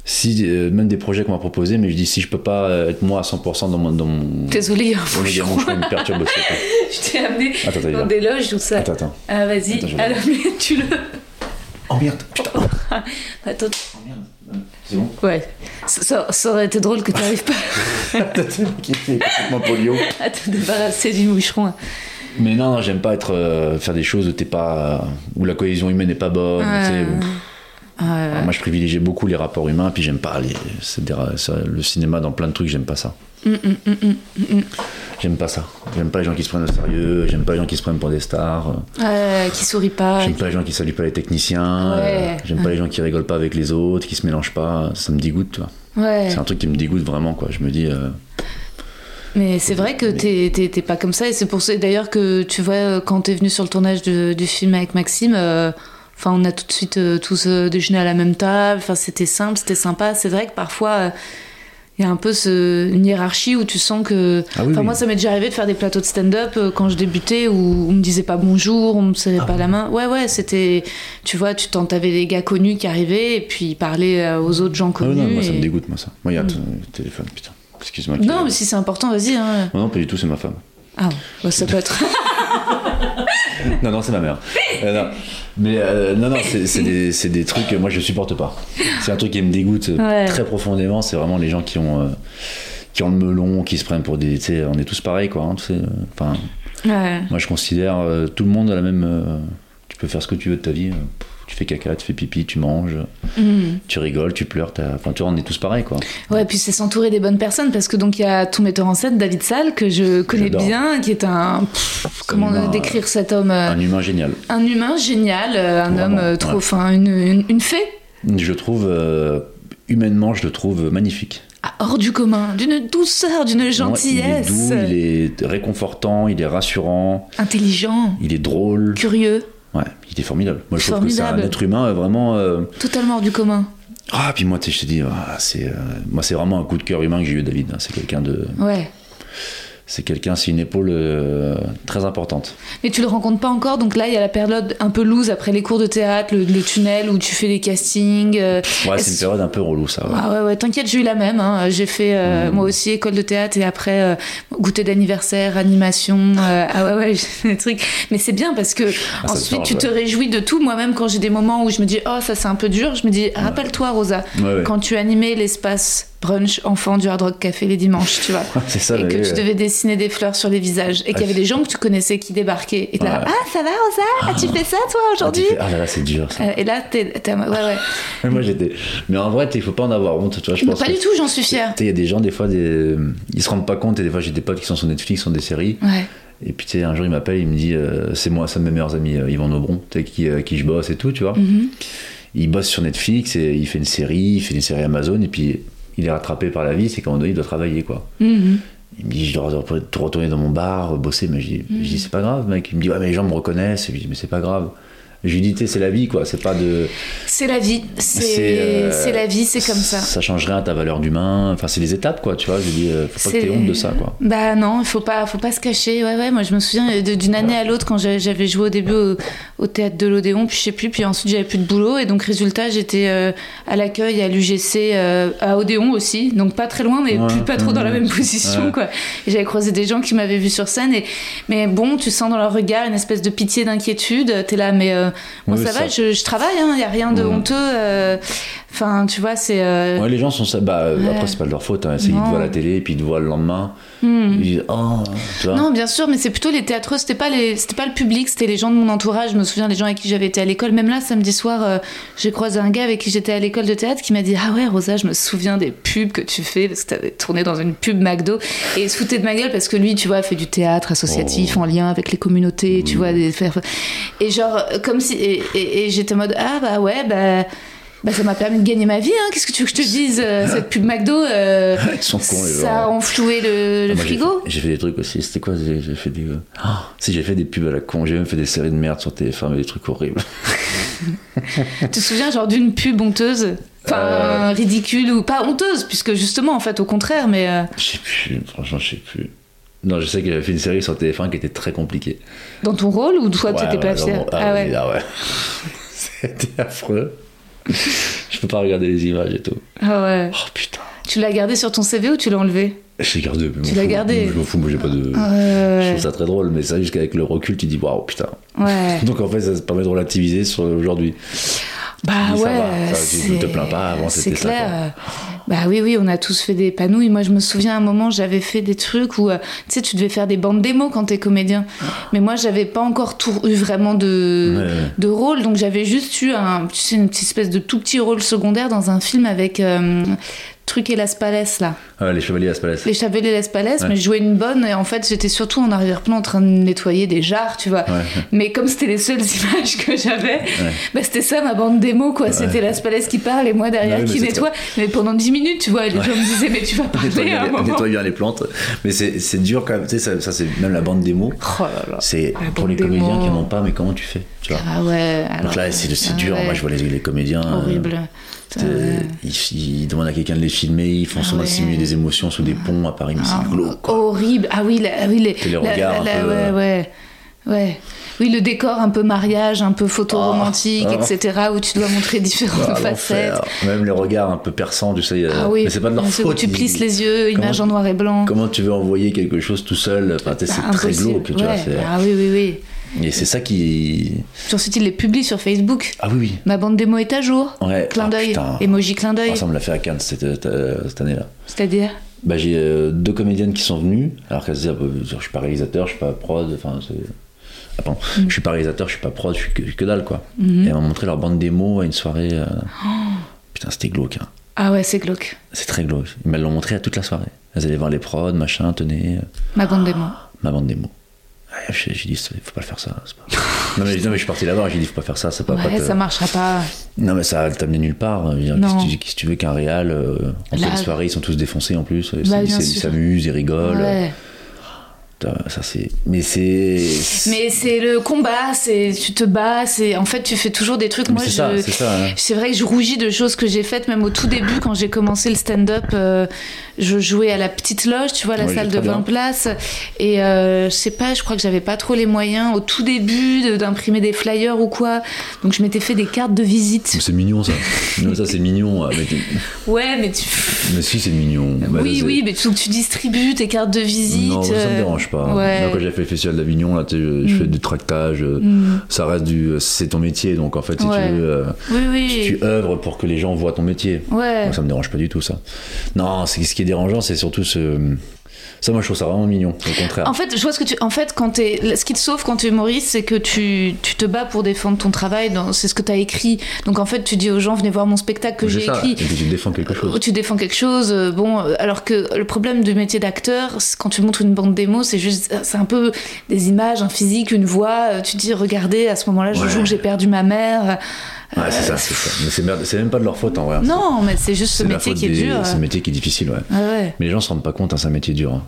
Si, euh, même des projets qu'on m'a proposés, mais je dis si je peux pas euh, être moi à 100% dans mon. Dans mon
Désolée, hein,
dans mes
franchement.
dérangements, je me perturbe aussi, quoi.
[LAUGHS] je t'ai amené
Attends, attends,
dans
attends.
des loges, tout ça.
Attends, attends.
Ah, vas-y.
Attends, je vais
Alors, mais tu le.
Oh merde, putain,
Attends.
oh merde. C'est bon
Ouais. Ça, ça- ça aurait été drôle que tu
[LAUGHS]
n'arrives pas
T'as tellement kiffé, complètement polio.
à te débarrasser du moucheron. hein.
Mais non, non, j'aime pas être, euh, faire des choses où t'es pas. où la cohésion humaine n'est pas bonne, tu sais, où-
Ah,
Alors, moi, je privilégiais beaucoup les rapports humains, puis j'aime pas les, c'est des ra- ça, le cinéma dans plein de trucs, j'aime pas ça.
Mm,
J'aime pas ça. J'aime pas les gens qui se prennent au sérieux, j'aime pas les gens qui se prennent pour des stars, euh,
euh, qui sourit pas.
j'aime pas les gens qui saluent pas les techniciens,
Ouais.
euh, j'aime pas les gens qui rigolent pas avec les autres, qui se mélangent pas, ça me dégoûte, tu vois.
Ouais.
C'est un truc qui me dégoûte vraiment, quoi. Je me dis, euh,
Mais c'est vrai que t'es- t'es t'es pas comme ça, et c'est pour ça d'ailleurs que tu vois, euh, quand t'es venu sur le tournage de- du film avec Maxime, euh, enfin, on a tout de suite euh, tous euh, déjeuné à la même table, enfin, c'était simple, c'était sympa. C'est vrai que parfois, euh, il y a un peu ce, une hiérarchie où tu sens que.
Ah oui,
enfin,
oui.
moi, ça m'est déjà arrivé de faire des plateaux de stand-up euh, quand je débutais où on me disait pas bonjour, on me
Ah
serrait pas la main. Ouais, ouais, c'était. Tu vois, tu t'en- t'avais des gars connus qui arrivaient, et puis ils parlaient euh, aux autres gens
ah ouais,
connus.
non, moi, ça
et-
me dégoûte, moi, ça. Moi, il y a le téléphone, putain. Excuse-moi. qui-
Mm. Non, mais si c'est important, vas-y. Hein.
Non, non, pas du tout, c'est ma femme. [LAUGHS]
Ah, bah, ça peut être.
Non, non, c'est ma mère. Euh, non. Mais euh, non, non, c'est c'est des, c'est des trucs que moi je supporte pas. C'est un truc qui me dégoûte
Ouais.
très profondément. C'est vraiment les gens qui ont, euh, qui ont le melon, qui se prennent pour des. Tu sais, on est tous pareils, quoi. hein, tu sais, euh, enfin,
Ouais.
moi je considère euh, tout le monde à la même. euh, tu peux faire ce que tu veux de ta vie. euh, pff, tu fais caca, tu fais pipi, tu manges, tu rigoles, tu pleures. t'as- Enfin, tu vois, on est tous pareils, quoi.
Mm. Ouais, puis c'est s'entourer des bonnes personnes parce que donc il y a ton metteur en scène, David Salle, que je connais
J'adore.
bien, qui est un. pff, comment
humain,
décrire cet homme euh,
Un humain génial.
Un humain génial, euh, un
Vraiment,
homme euh, trop.
ouais.
Enfin, une, une, une fée
Je le trouve. euh, humainement, je le trouve magnifique.
Ah, hors du commun, d'une douceur, d'une
Moi,
gentillesse, euh,
Il est doux, il est réconfortant, il est rassurant.
intelligent,
Il est drôle.
curieux,
Ouais, il est formidable. Moi, je trouve que
Formidable.
c'est un être humain euh, vraiment. euh,
totalement hors du commun.
Ah, puis moi, tu sais, je te dis, ah, c'est euh, moi, c'est vraiment un coup de cœur humain que j'ai eu, David. hein. C'est quelqu'un de,
Ouais.
c'est quelqu'un, c'est une épaule euh, très importante.
Mais tu le rencontres pas encore, donc là il y a la période un peu loose après les cours de théâtre, le, le tunnel où tu fais des castings. euh,
Ouais, c'est
est-ce-
une période un peu relou, ça. ouais.
Ah ouais, ouais, t'inquiète, j'ai eu la même. hein. J'ai fait
Mmh.
euh, moi aussi école de théâtre et après euh, goûter d'anniversaire, animation. euh, ah ouais, ouais, j'ai des trucs. Mais c'est bien parce que
Ah, ça te
ensuite
change,
tu te
ouais.
réjouis de tout. Moi-même, quand j'ai des moments où je me dis oh ça c'est un peu dur, je me dis rappelle-toi Rosa,
Ouais, ouais.
quand tu animais l'espace brunch enfant du Hard Rock Café les dimanches, tu vois.
C'est ça,
et
mais
que
oui,
tu
[LAUGHS] ouais. Ah,
devais dessiner des fleurs sur les visages et qu'il y avait des gens que tu connaissais qui débarquaient et t'es là
Ouais.
ah ça va Rosa, ah, tu fais ça toi
Ah, tu
aujourd'hui
fais- ah là là, c'est dur. Ça. [LAUGHS]
Euh, Et là t'es, t'es- ouais ouais.
moi, j'étais. Mais en vrai, t'es- il faut pas en avoir honte, tu vois. Je
Non,
pense
pas
que-
du tout, j'en suis fière.
Tu sais, il y a des gens, des fois, des... ils se rendent pas compte. Et des fois, j'ai des potes qui sont sur Netflix, sur des séries.
Ouais.
Et puis, tu sais, un jour, il m'appelle, il me dit euh, C'est moi, c'est un de mes meilleurs amis, euh, Yvan Nobron, tu sais, qui, euh, qui je bosse et tout, tu vois.
Mhm.
Il bosse sur Netflix, et il fait une série, il fait une série Amazon, et puis il est rattrapé par la vie, c'est quand donné, il doit travailler, quoi.
Mhm.
Il me dit Je dois re- re- retourner dans mon bar, euh, bosser, mais je dis,
Mhm.
je dis, C'est pas grave, mec. Il me dit Ouais, mais les gens me reconnaissent. Et je dis Mais c'est pas grave. Je lui dis, Tu sais, c'est la vie, quoi. C'est pas de.
C'est la vie, c'est
euh,
c'est la vie, c'est comme ça.
Ça change rien à ta valeur d'humain. Enfin, c'est des étapes, quoi, tu vois. Je lui dis euh, Faut pas que
C'est-
t'aies honte de ça, quoi.
Bah non, il faut pas, faut pas se cacher. Ouais, ouais, moi je me souviens de- d'une année à l'autre quand j'a- j'avais joué au début au, au théâtre de l'Odéon, puis je sais plus, puis ensuite j'avais plus de boulot. Et donc, résultat, j'étais euh, à l'accueil à l'UGC, euh, à Odéon aussi, donc pas très loin, mais
Ouais,
plus pas trop
ouais,
dans la même
ouais.
position,
Ouais.
quoi. Et j'avais croisé des gens qui m'avaient vu sur scène, et mais bon, tu sens dans leur regard une espèce de pitié, d'inquiétude. T'es là, mais euh, moi
Ouais,
ça,
ça-
va, je, je travaille, il y a rien de
Ouais.
honteux. euh, Enfin, tu vois, c'est. euh,
Ouais, les gens sont ça. Bah, euh,
Ouais.
Après, c'est pas de leur faute. Hein. C'est, ils
Non. Hmm.
te voient à la télé, et puis ils te voient le lendemain. Ils disent Oh, tu vois.
Non, bien sûr, mais c'est plutôt les théâtreux, c'était pas, les, c'était pas le public, c'était les gens de mon entourage. Je me souviens, les gens avec qui j'avais été à l'école. Même là, samedi soir, euh, j'ai croisé un gars avec qui j'étais à l'école de théâtre qui m'a dit Ah ouais, Rosa, je me souviens des pubs que tu fais parce que t'avais tourné dans une pub McDo. Et il se foutait de ma gueule parce que lui, tu vois, fait du théâtre associatif
Oh.
en lien avec les communautés,
Mm.
tu vois. Des... faire- Et genre, euh, comme si. Et, et- et j'étais en mode Ah bah ouais, bah. Bah, ça m'a permis de gagner ma vie, hein. qu'est-ce que tu veux que je te dise euh, Cette pub McDo, euh,
[LAUGHS] Ils sont cons, les gens.
ça a enfloué le, le
Ah, moi, j'ai
frigo.
fait- J'ai fait des trucs aussi. C'était quoi J'ai j'ai fait des. euh, ah, si j'ai fait des pubs à la con, j'ai même fait des séries de merde sur TF1, mais des trucs horribles. [LAUGHS]
Tu te souviens genre d'une pub honteuse Enfin,
Euh.
euh, ridicule ou pas honteuse, puisque justement, en fait, au contraire, mais... euh,
Je sais plus, franchement, je sais plus. Non, je sais que j'avais fait une série sur TF1 qui était très compliquée.
Dans ton rôle ou toi,
Ouais,
t'étais
ouais,
pas
dans
fier
mon- Ah, ouais. ah ouais. [LAUGHS] C'était affreux. [LAUGHS] je peux pas regarder les images et tout.
Ah ouais.
Oh putain.
Tu l'as gardé sur ton CV ou tu l'as enlevé
Je l'ai gardé. mais
Tu
m'en
l'as
fous.
gardé Ah
Je m'en fous, moi j'ai pas de.
ouais.
Je trouve ça très drôle, mais ça, jusqu'avec le recul, tu dis waouh, putain. [LAUGHS]
Ouais.
Donc en fait, ça te permet de relativiser sur aujourd'hui.
Bah
Mais ça
ouais.
va, ça, tu-
c'est-
te plains pas, avant,
C'est
c'était ça,
clair. Bah oui, oui, on a tous fait des panouilles. Moi, je me souviens à un moment, j'avais fait des trucs où, euh, tu sais, tu devais faire des bandes démos quand t'es comédien. Mais moi, j'avais pas encore tout, eu vraiment de,
Ouais, ouais.
de rôle. Donc, j'avais juste eu un, tu sais, une petite espèce de tout petit rôle secondaire dans un film avec euh, Truc et Las Palais, là.
Ah, les chevaliers à se palace. [LAUGHS]
les Chapelets Las Palais, mais je jouais une bonne et en fait j'étais surtout en arrière-plan en train de nettoyer des jarres, tu vois. Mais comme c'était les seules [LAUGHS] images que j'avais, bah, c'était ça ma bande démo quoi. C'était Las Palais qui parle et moi derrière
Ah oui, mais
qui
c'est
nettoie. Mais pendant 10 minutes, tu vois, les gens me disaient mais tu vas
Nettoie
parler à
bien,
un
les-
moment.
nettoie bien les plantes. Mais c'est c'est dur quand même. Tu sais, ça, ça, c'est même la bande démo.
Oh là là.
C'est
La
pour
bande
les comédiens
démo.
qui n'en ont pas, mais comment tu fais tu vois
Ah ouais. Alors,
Donc là, c'est c'est
ah
dur. hein.
ouais,
Moi, je vois les, les comédiens. euh,
Horrible. Ah
c'était- ils, ils demandent à quelqu'un de les filmer, ils font semblant de
ouais.
simuler des émotions sous des ponts à Paris, mais
Ah,
c'est glauque. quoi.
horrible. Ah oui, la- ah oui les,
les
la-
regards
la-
un peu,
ouais,
euh,
ouais. Ouais. Oui, le décor un peu mariage, un peu photoromantique,
Ah, ah.
etc., où tu dois montrer différentes
Ah,
facettes.
l'enfer. Même les regards un peu perçants, tu sais. euh,
Ah oui,
mais c'est pas de leur
bien sûr,
faute.
Tu
ils-
plisses les yeux,
comment-
image en noir et blanc.
Comment tu veux envoyer quelque chose tout seul Enfin, tu sais,
Bah,
C'est très
impossible.
glauque, tu vois.
Ouais,
c'est-
Ah oui, oui, oui.
Et c'est ça qui.
Puis ensuite, il les publie sur Facebook.
Ah oui, oui.
Ma bande démo est à jour.
Ouais.
Clin
Ah,
d'œil.
putain.
Emoji clin d'œil.
Ah, ça, on me l'a fait à Cannes cette, euh, cette année-là.
C'est-à-dire
Bah, j'ai euh, deux comédiennes qui sont venues, alors qu'elles se disaient, Ah, bah, je suis pas réalisateur, je suis pas prod, enfin, c'est- Ah, pardon.
Mm.
je suis pas réalisateur, je suis pas prod, je suis que, que dalle, quoi.
Mm-hmm.
Et elles m'ont montré leur bande démo à une soirée. euh,
Oh.
Putain, c'était glauque, hein.
Ah ouais, c'est glauque.
C'est très glauque. Mais elles l'ont montré à toute la soirée. Elles allaient voir les prods, machin, tenez, euh,
Ma bande démo.
ma bande démo. Ouais, Ah, J'ai j'ai dit, faut pas le faire ça.
[LAUGHS]
c'est pas- non, mais, non, mais je suis parti là-bas, j'ai dit, faut pas faire ça, ça peut pas
Ouais,
te-
ça marchera pas.
Non, mais ça t'amenait nulle part. euh, Je veux dire,
Non.
Qu'est-ce que tu- qu'est-ce que tu veux qu'un réal, euh, en
Là-
pleine soirée, ils sont tous défoncés en plus. Ils
Bah,
s-
bien
ils
sûr.
s'amusent, ils rigolent.
Ouais.
Putain, Ça, c'est... Mais c'est...
Mais c'est le combat, c'est tu te bats, c'est en fait tu fais toujours des trucs.
Mais
Moi,
c'est ça,
je-
c'est ça, hein.
c'est vrai que je rougis de choses que j'ai faites, même au tout début quand j'ai commencé le stand-up, euh, je jouais à la petite loge, tu vois, la
Oui,
salle
très
de 20
bien.
places, et euh, je sais pas, je crois que j'avais pas trop les moyens au tout début de- d'imprimer des flyers ou quoi, donc je m'étais fait des cartes de visite.
C'est mignon, ça. non, ça, c'est mignon. ah, Mais, tu-
Ouais, mais tu...
mais si, c'est mignon. Bah,
oui,
c'est-
oui, mais tu, donc tu distribues tes cartes de visite.
Non, ça me
euh,
dérange pas.
ouais. Mm.
Là, quand j'ai fait le festival d'Avignon, là, tu sais, je, je fais du tractage. euh, Ça reste du... euh, C'est ton métier, donc en fait, si
Ouais.
tu veux... euh,
Oui, oui.
tu, tu œuvres pour que les gens voient ton métier.
Ouais.
Moi, ça me dérange pas du tout, ça. Non, c'est- ce qui est dérangeant, c'est surtout ce. Ça, moi, je trouve ça vraiment mignon, au contraire.
En fait, je vois ce que tu. En fait, quand t'es, ce qui te sauve quand tu es humoriste, c'est que tu, tu te bats pour défendre ton travail. dans- C'est ce que tu as écrit. Donc en fait, tu dis aux gens venez voir mon spectacle que
C'est
j'ai
ça,
écrit.
Et puis tu défends quelque chose.
Où tu défends quelque chose, euh, bon, euh, alors que le problème du métier d'acteur, c'est quand tu montres une bande démo, c'est juste, c'est un peu des images, un physique, une voix. euh, Tu dis, regardez, à ce moment-là, je
Ouais.
joue que j'ai perdu ma mère. Euh,
Ouais, c'est ça, c'est ça. Mais c'est merde- c'est même pas de leur faute, en vrai. hein.
Non, mais c'est juste ce
C'est la
métier
faute
qui est
des-
dur.
C'est un métier qui est difficile, ouais.
Ouais, ouais.
Mais les gens se rendent pas compte, hein, c'est un métier dur. hein.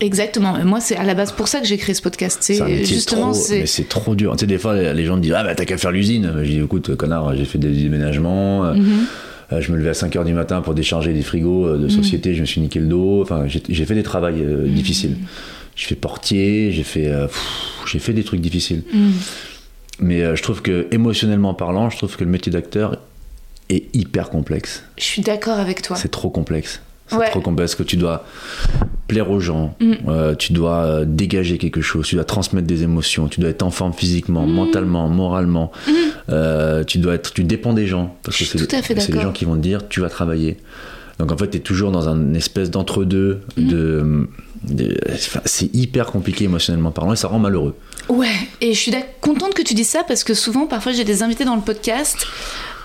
Exactement. Et moi, c'est à la base pour ça que j'ai créé ce podcast.
C'est un
C'est euh,
métier
justement,
trop,
c'est
mais c'est trop dur. Tu sais, des fois, les gens me disent Ah, bah t'as qu'à faire l'usine. Je dis Écoute, connard, j'ai fait des déménagements. euh,
Mhm.
euh, Je me levais à 5 h du matin pour décharger des frigos euh, de société. Je me suis niqué le dos. Enfin, j'ai j'ai fait des travails
Mhm.
euh, difficiles. J'ai fait portier, j'ai fait, euh, pff, j'ai fait des trucs difficiles.
Mhm.
Mais euh, je trouve que, émotionnellement parlant, je trouve que le métier d'acteur est hyper complexe.
je suis d'accord avec toi.
C'est trop complexe. C'est
Ouais. Mm.
trop complexe parce que tu dois plaire aux gens, euh, tu dois euh, dégager quelque chose, tu dois transmettre des émotions, tu dois être en forme
Mm.
physiquement, mentalement, moralement. Euh, tu dois être, tu dépends des gens parce
Je
que
suis
c'est
tout à fait
c'est les
d'accord.
gens qui vont te dire tu vas travailler. Donc en fait, tu es toujours dans un espèce d'entre-deux
Mm.
de, de- enfin, c'est hyper compliqué émotionnellement parlant et ça rend malheureux.
Ouais, et je suis d'ac- contente que tu dises ça parce que souvent, parfois, j'ai des invités dans le podcast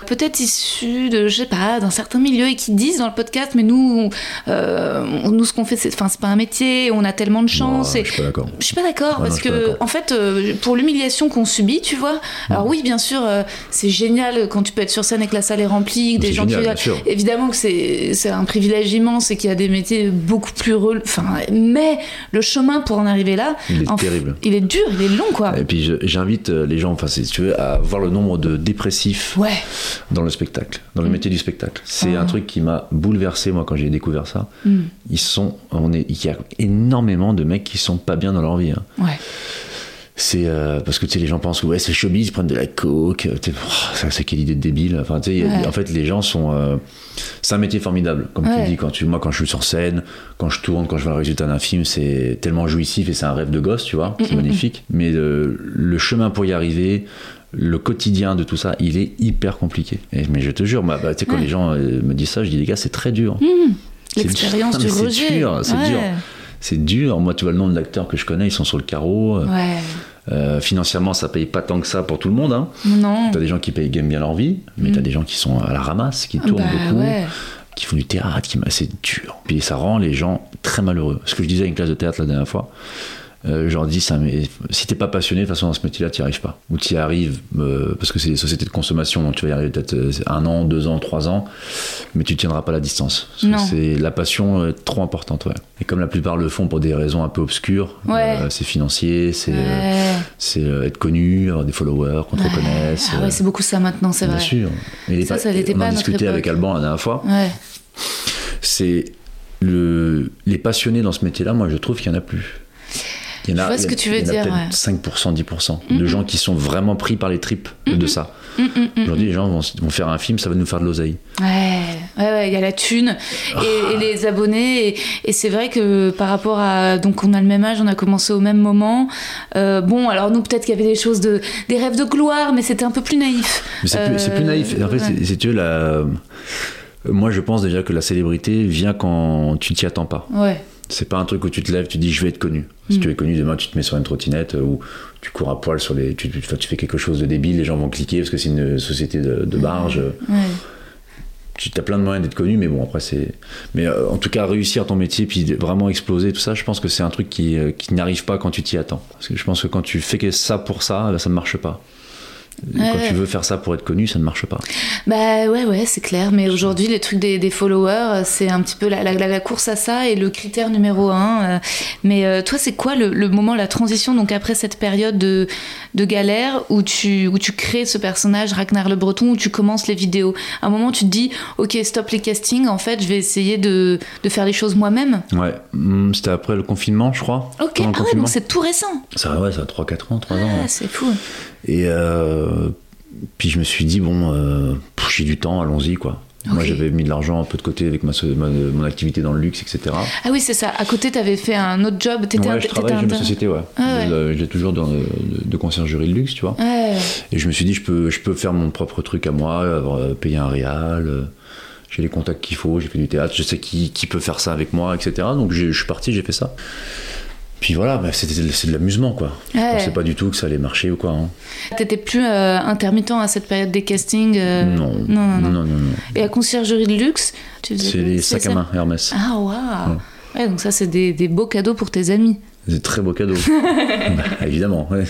peut-être issus de, je sais pas, d'un certain milieu et qui disent dans le podcast, mais nous, on- euh, on- nous ce qu'on fait, c'est, enfin, c'est pas un métier, on a tellement de chance.
Ouais,
et-
je suis pas d'accord.
Je suis pas d'accord
Ouais, Ah non,
parce
je suis pas
que,
d'accord. Mm.
en fait, euh, pour l'humiliation qu'on subit, tu vois. Alors oui, bien sûr, euh, c'est génial quand tu peux être sur scène et que la salle est remplie, que
C'est
des gens qui
génial, bien
rigolent.
sûr.
Évidemment que c'est c'est un privilège immense et qu'il y a des métiers beaucoup plus rel- enfin mais le chemin pour en arriver là
Il est
en-
terrible.
il est dur il est long quoi
Et puis je- j'invite euh, les gens, enfin si tu veux, à voir le nombre de dépressifs
ouais Mm.
dans le spectacle, dans le métier du spectacle. C'est
Ah. Mm.
un truc qui m'a bouleversé moi quand j'ai découvert ça. Ils sont, on est, il y a énormément de mecs qui sont pas bien dans leur vie. hein.
ouais
C'est euh, parce que tu sais, les gens pensent que ouais, c'est showbiz, ils prennent de la coke. euh, t'es- oh, ça, c'est quelle idée de débile. Enfin, tu sais,
Ouais.
en fait, les gens sont. euh, c'est un métier formidable, comme
Ouais.
tu dis. Quand tu, moi, quand je suis sur scène, quand je tourne, quand je vois le résultat d'un film, c'est tellement jouissif et c'est un rêve de gosse, tu vois. C'est magnifique. Mais euh, le chemin pour y arriver. Le quotidien de tout ça, il est hyper compliqué. Et- mais je te jure, moi, bah, tu sais, quand les gens euh, me disent ça, je dis les gars, c'est très dur. C'est dur.
Mm. L'expérience
Non, mais
du rejet.
C'est dur, c'est
Ouais.
dur. C'est dur. Moi, tu vois le nombre d'acteurs que je connais, ils sont sur le carreau. Euh,
ouais
euh, financièrement, ça paye pas tant que ça pour tout le monde. Hein.
non
T'as des gens qui payent gagnent bien leur vie, mais t'as des gens qui sont à la ramasse, qui tournent
Mm. bah,
beaucoup,
ouais.
qui font du théâtre, qui c'est dur. Puis ça rend les gens très malheureux. Ce que je disais à une classe de théâtre la dernière fois, euh, je leur dis ça, mais si t'es pas passionné, de toute façon dans ce métier-là, t'y arrives pas. Ou t'y arrives euh, parce que c'est des sociétés de consommation, donc tu vas y arriver peut-être euh, un an, deux ans, trois ans, mais tu tiendras pas la distance. Parce que
Non.
C'est la passion euh, trop importante, ouais. Et comme la plupart le font pour des raisons un peu obscures,
Ouais.
euh, c'est financier, c'est euh,
Ouais.
c'est euh, être connu, avoir des followers, qu'on te reconnaisse.
Ah
euh,
ouais, c'est beaucoup ça maintenant c'est
bien
vrai
sûr. Mais les
Ça,
pa-
ça l'était
on
pas à
en
notre
discutait
époque.
avec Alban la dernière fois.
ouais
C'est le, les passionnés dans ce métier-là, moi je trouve qu'il n'y en a plus. Il y en
Je vois ce
il y
que tu veux
il y en a
dire,
peut-être
ouais.
5%, 10% de gens qui sont vraiment pris par les tripes de ça. Aujourd'hui, les gens vont, vont faire un film, ça va nous faire de l'oseille.
Ouais, ouais, ouais, il y a la thune
Ah.
et, et les abonnés. Et, et c'est vrai que par rapport à. Donc, on a le même âge, on a commencé au même moment. Euh, bon, alors nous, peut-être qu'il y avait des choses de. des rêves de gloire, mais c'était un peu plus naïf.
Mais c'est plus, c'est plus
Euh,
naïf. En fait,
ouais.
c'est- si tu veux, la- moi je pense déjà que la célébrité vient quand tu t'y attends pas.
Ouais,
C'est pas un truc où tu te lèves, tu dis je vais être connu. Si
Mm.
tu es connu, demain tu te mets sur une trottinette euh, ou tu cours à poil sur les. Tu, tu- enfin, tu fais quelque chose de débile, les gens vont cliquer parce que c'est une société de, de barge.
ouais.
Tu as plein de moyens d'être connu, mais bon, après c'est. Mais euh, en tout cas, réussir ton métier puis de- vraiment exploser, tout ça, je pense que c'est un truc qui, euh, qui n'arrive pas quand tu t'y attends. Parce que je pense que quand tu fais que ça pour ça, ben, ça ne marche pas. Et
Ouais,
quand
ouais.
tu veux faire ça pour être connu, ça ne marche pas.
Bah ouais, ouais, c'est clair. Mais aujourd'hui, les trucs des, des followers, euh, c'est un petit peu la, la, la- la course à ça et le critère numéro un. euh. Mais euh, toi, c'est quoi le, le moment, la transition, donc après cette période de, de galère où tu, où tu crées ce personnage, Ragnar le Breton, où tu commences les vidéos À un moment, tu te dis, ok, stop les castings, en fait, je vais essayer de, de faire les choses moi-même.
Ouais, Hum, c'était après le confinement, je crois.
Ok,
Pendant le
ah ouais,
confinement.
donc c'est tout récent.
ça, ouais, ça a 3-4 ans, 3 ans. ouais.
Ah, c'est fou.
Et euh, puis je me suis dit, bon, euh, pff, j'ai du temps, allons-y, quoi. Moi,
Ok.
j'avais mis de l'argent un peu de côté avec ma, so- ma- mon activité dans le luxe, etc.
Ah oui, c'est ça. À côté, t'avais fait un autre job. T'étais un-
Ouais, je
t'étais
travaille,
un-
j'ai ma société, ouais.
Ah ouais. Ah.
Je l'ai- Je l'ai toujours dans, le- de, de conciergerie de luxe, tu vois.
Ouais.
Et je me suis dit, je peux, je peux faire mon propre truc à moi, avoir, euh, payer un réal, euh, j'ai les contacts qu'il faut, j'ai fait du théâtre, je sais qui, qui peut faire ça avec moi, etc. Donc j'ai- je suis parti, j'ai fait ça. Puis voilà, bah, c'était- c'est de l'amusement, quoi.
Ah Ouais.
Je pensais pas du tout que ça allait marcher ou quoi. hein.
T'étais plus euh, intermittent à cette période des castings euh,
Non.
Non, non, non.
non, non.
Et à conciergerie de luxe, tu faisais
C'est
quoi
les
Tu
sacs à
faisais
main Hermès.
ça Ah, waouh Ouais, donc ça, c'est des, des beaux cadeaux pour tes amis.
Des très
[LAUGHS]
beaux cadeaux. Bah, évidemment, ouais.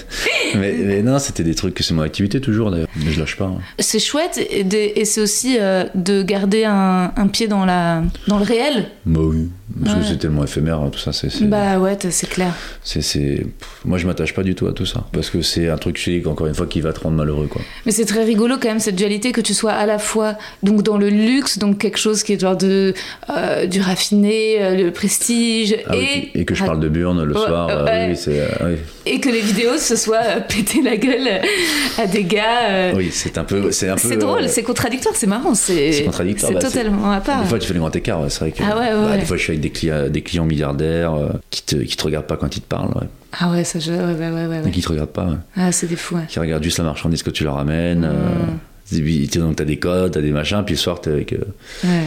mais, mais non, c'était des trucs que c'est mon activité toujours d'ailleurs. Mais je lâche pas. hein.
C'est chouette et, des- et c'est aussi euh, de garder un, un pied dans, la, dans le réel.
Bah oui, parce
Ouais.
que c'est tellement éphémère, hein, tout ça. C'est, c'est,
Bah ouais, t'as- c'est clair.
c'est- c'est- pff, Moi, je m'attache pas du tout à tout ça. Parce que c'est un truc, je te dis, encore une fois, qui va te rendre malheureux. Quoi.
Mais c'est très rigolo quand même cette dualité que tu sois à la fois donc dans le luxe, donc quelque chose qui est genre de, euh, du raffiné, euh, le prestige,
Ah oui,
et,
et, que je parle de burn le
Ouais,
soir.
euh,
euh,
ouais.
oui, c'est, euh, oui.
et que les vidéos se soient euh, pété la gueule euh, à des gars. euh,
Oui, c'est un peu. C'est, un peu,
C'est drôle,
euh,
c'est contradictoire, c'est marrant, c'est
C'est contradictoire.
c'est
bah,
totalement à part.
Des fois, tu fais les grands écarts, ouais, c'est vrai que.
Ah ouais, ouais,
bah,
ouais.
Des fois, je suis avec des clients, des clients milliardaires euh, qui, te, qui te regardent pas quand ils te parlent, ouais.
Ah ouais, ça, je... ouais, ouais, ouais, ouais,
Et
ouais.
qui te regardent pas, ouais.
Ah, c'est des fous. ouais.
qui regardent juste la marchandise que tu leur amènes.
Mm.
euh, et puis, tu sais, donc t'as des codes, t'as des machins, puis le soir t'es avec, euh,
Ouais.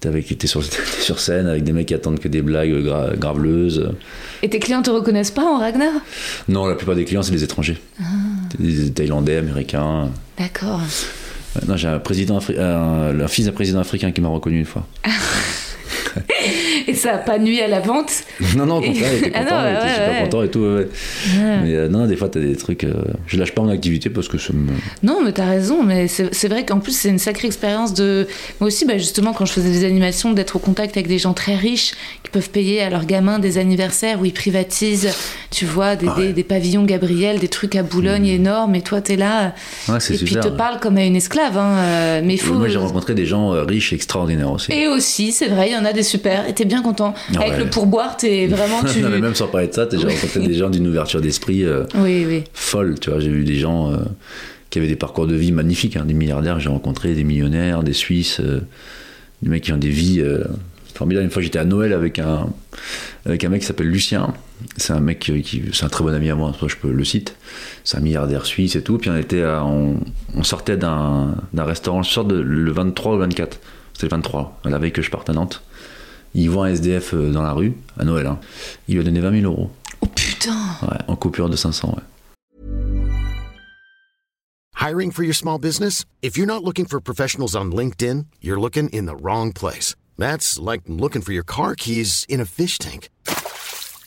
t'es avec- t'es sur, [LAUGHS] t'es sur scène avec des mecs qui attendent que des blagues euh, gra- graveleuses.
Et tes clients te reconnaissent pas en Ragnar Ah.
Non, la plupart des clients c'est des étrangers, des Thaïlandais, Américains.
D'accord.
Ouais, Non, j'ai un, président Afri- euh, un- un fils d'un président africain qui m'a reconnu
[LAUGHS]
une fois.
Et ça a pas nuit à la vente.
Non, non, au contraire, il était
Ah
content,
non,
il était
ouais,
super
ouais. Ah.
content et tout. ouais, ouais. Mais euh, non, des fois, t'as des trucs. euh, je lâche pas mon activité parce que ça me.
Non, mais t'as raison, mais c'est c'est vrai qu'en plus, c'est une sacrée expérience de. Moi aussi, bah, justement, quand je faisais des animations, d'être au contact avec des gens très riches qui peuvent payer à leurs gamins des anniversaires où ils privatisent, tu vois,
Ah
des, des- des pavillons Gabriel, des trucs à Boulogne énormes, et toi, t'es là.
Mmh. Ouais, c'est
et puis, ils
super,
te
ouais.
parlent comme à une esclave, hein, euh, mais il faut.
Moi, j'ai rencontré des gens euh, riches et extraordinaires aussi.
Et aussi, c'est vrai, il y en a des super, et t'es bien content.
Ah
Avec
ouais.
le pourboire, t'es
[LAUGHS]
vraiment. Tu...
Non, mais même sans parler de ça, t'as- j'ai rencontré des gens d'une ouverture d'esprit euh,
Oui, oui.
folle. Tu vois, j'ai vu des gens euh, qui avaient des parcours de vie magnifiques, hein, des milliardaires. J'ai rencontré des millionnaires, des Suisses, euh, des mecs qui ont des vies euh, formidables. Une fois, j'étais à Noël avec un avec un mec qui s'appelle Lucien. C'est un mec euh, qui, qui- c'est un très bon ami à moi. c'est pour ça que je peux le cite. C'est un milliardaire suisse et tout. Puis on était, à- on, on sortait d'un d'un restaurant. Je sors de- le 23 ou le 24. C'était le 23, la veille que je parte à Nantes. Il voit un SDF euh, dans la rue, à Noël. hein. Il lui a donné 20 000 euros,
Oh putain
ouais, en coupure de 500. ouais.
Hiring for your small business? If you're not looking for professionals on LinkedIn, you're looking in the wrong place. That's like looking for your car keys in a fish tank.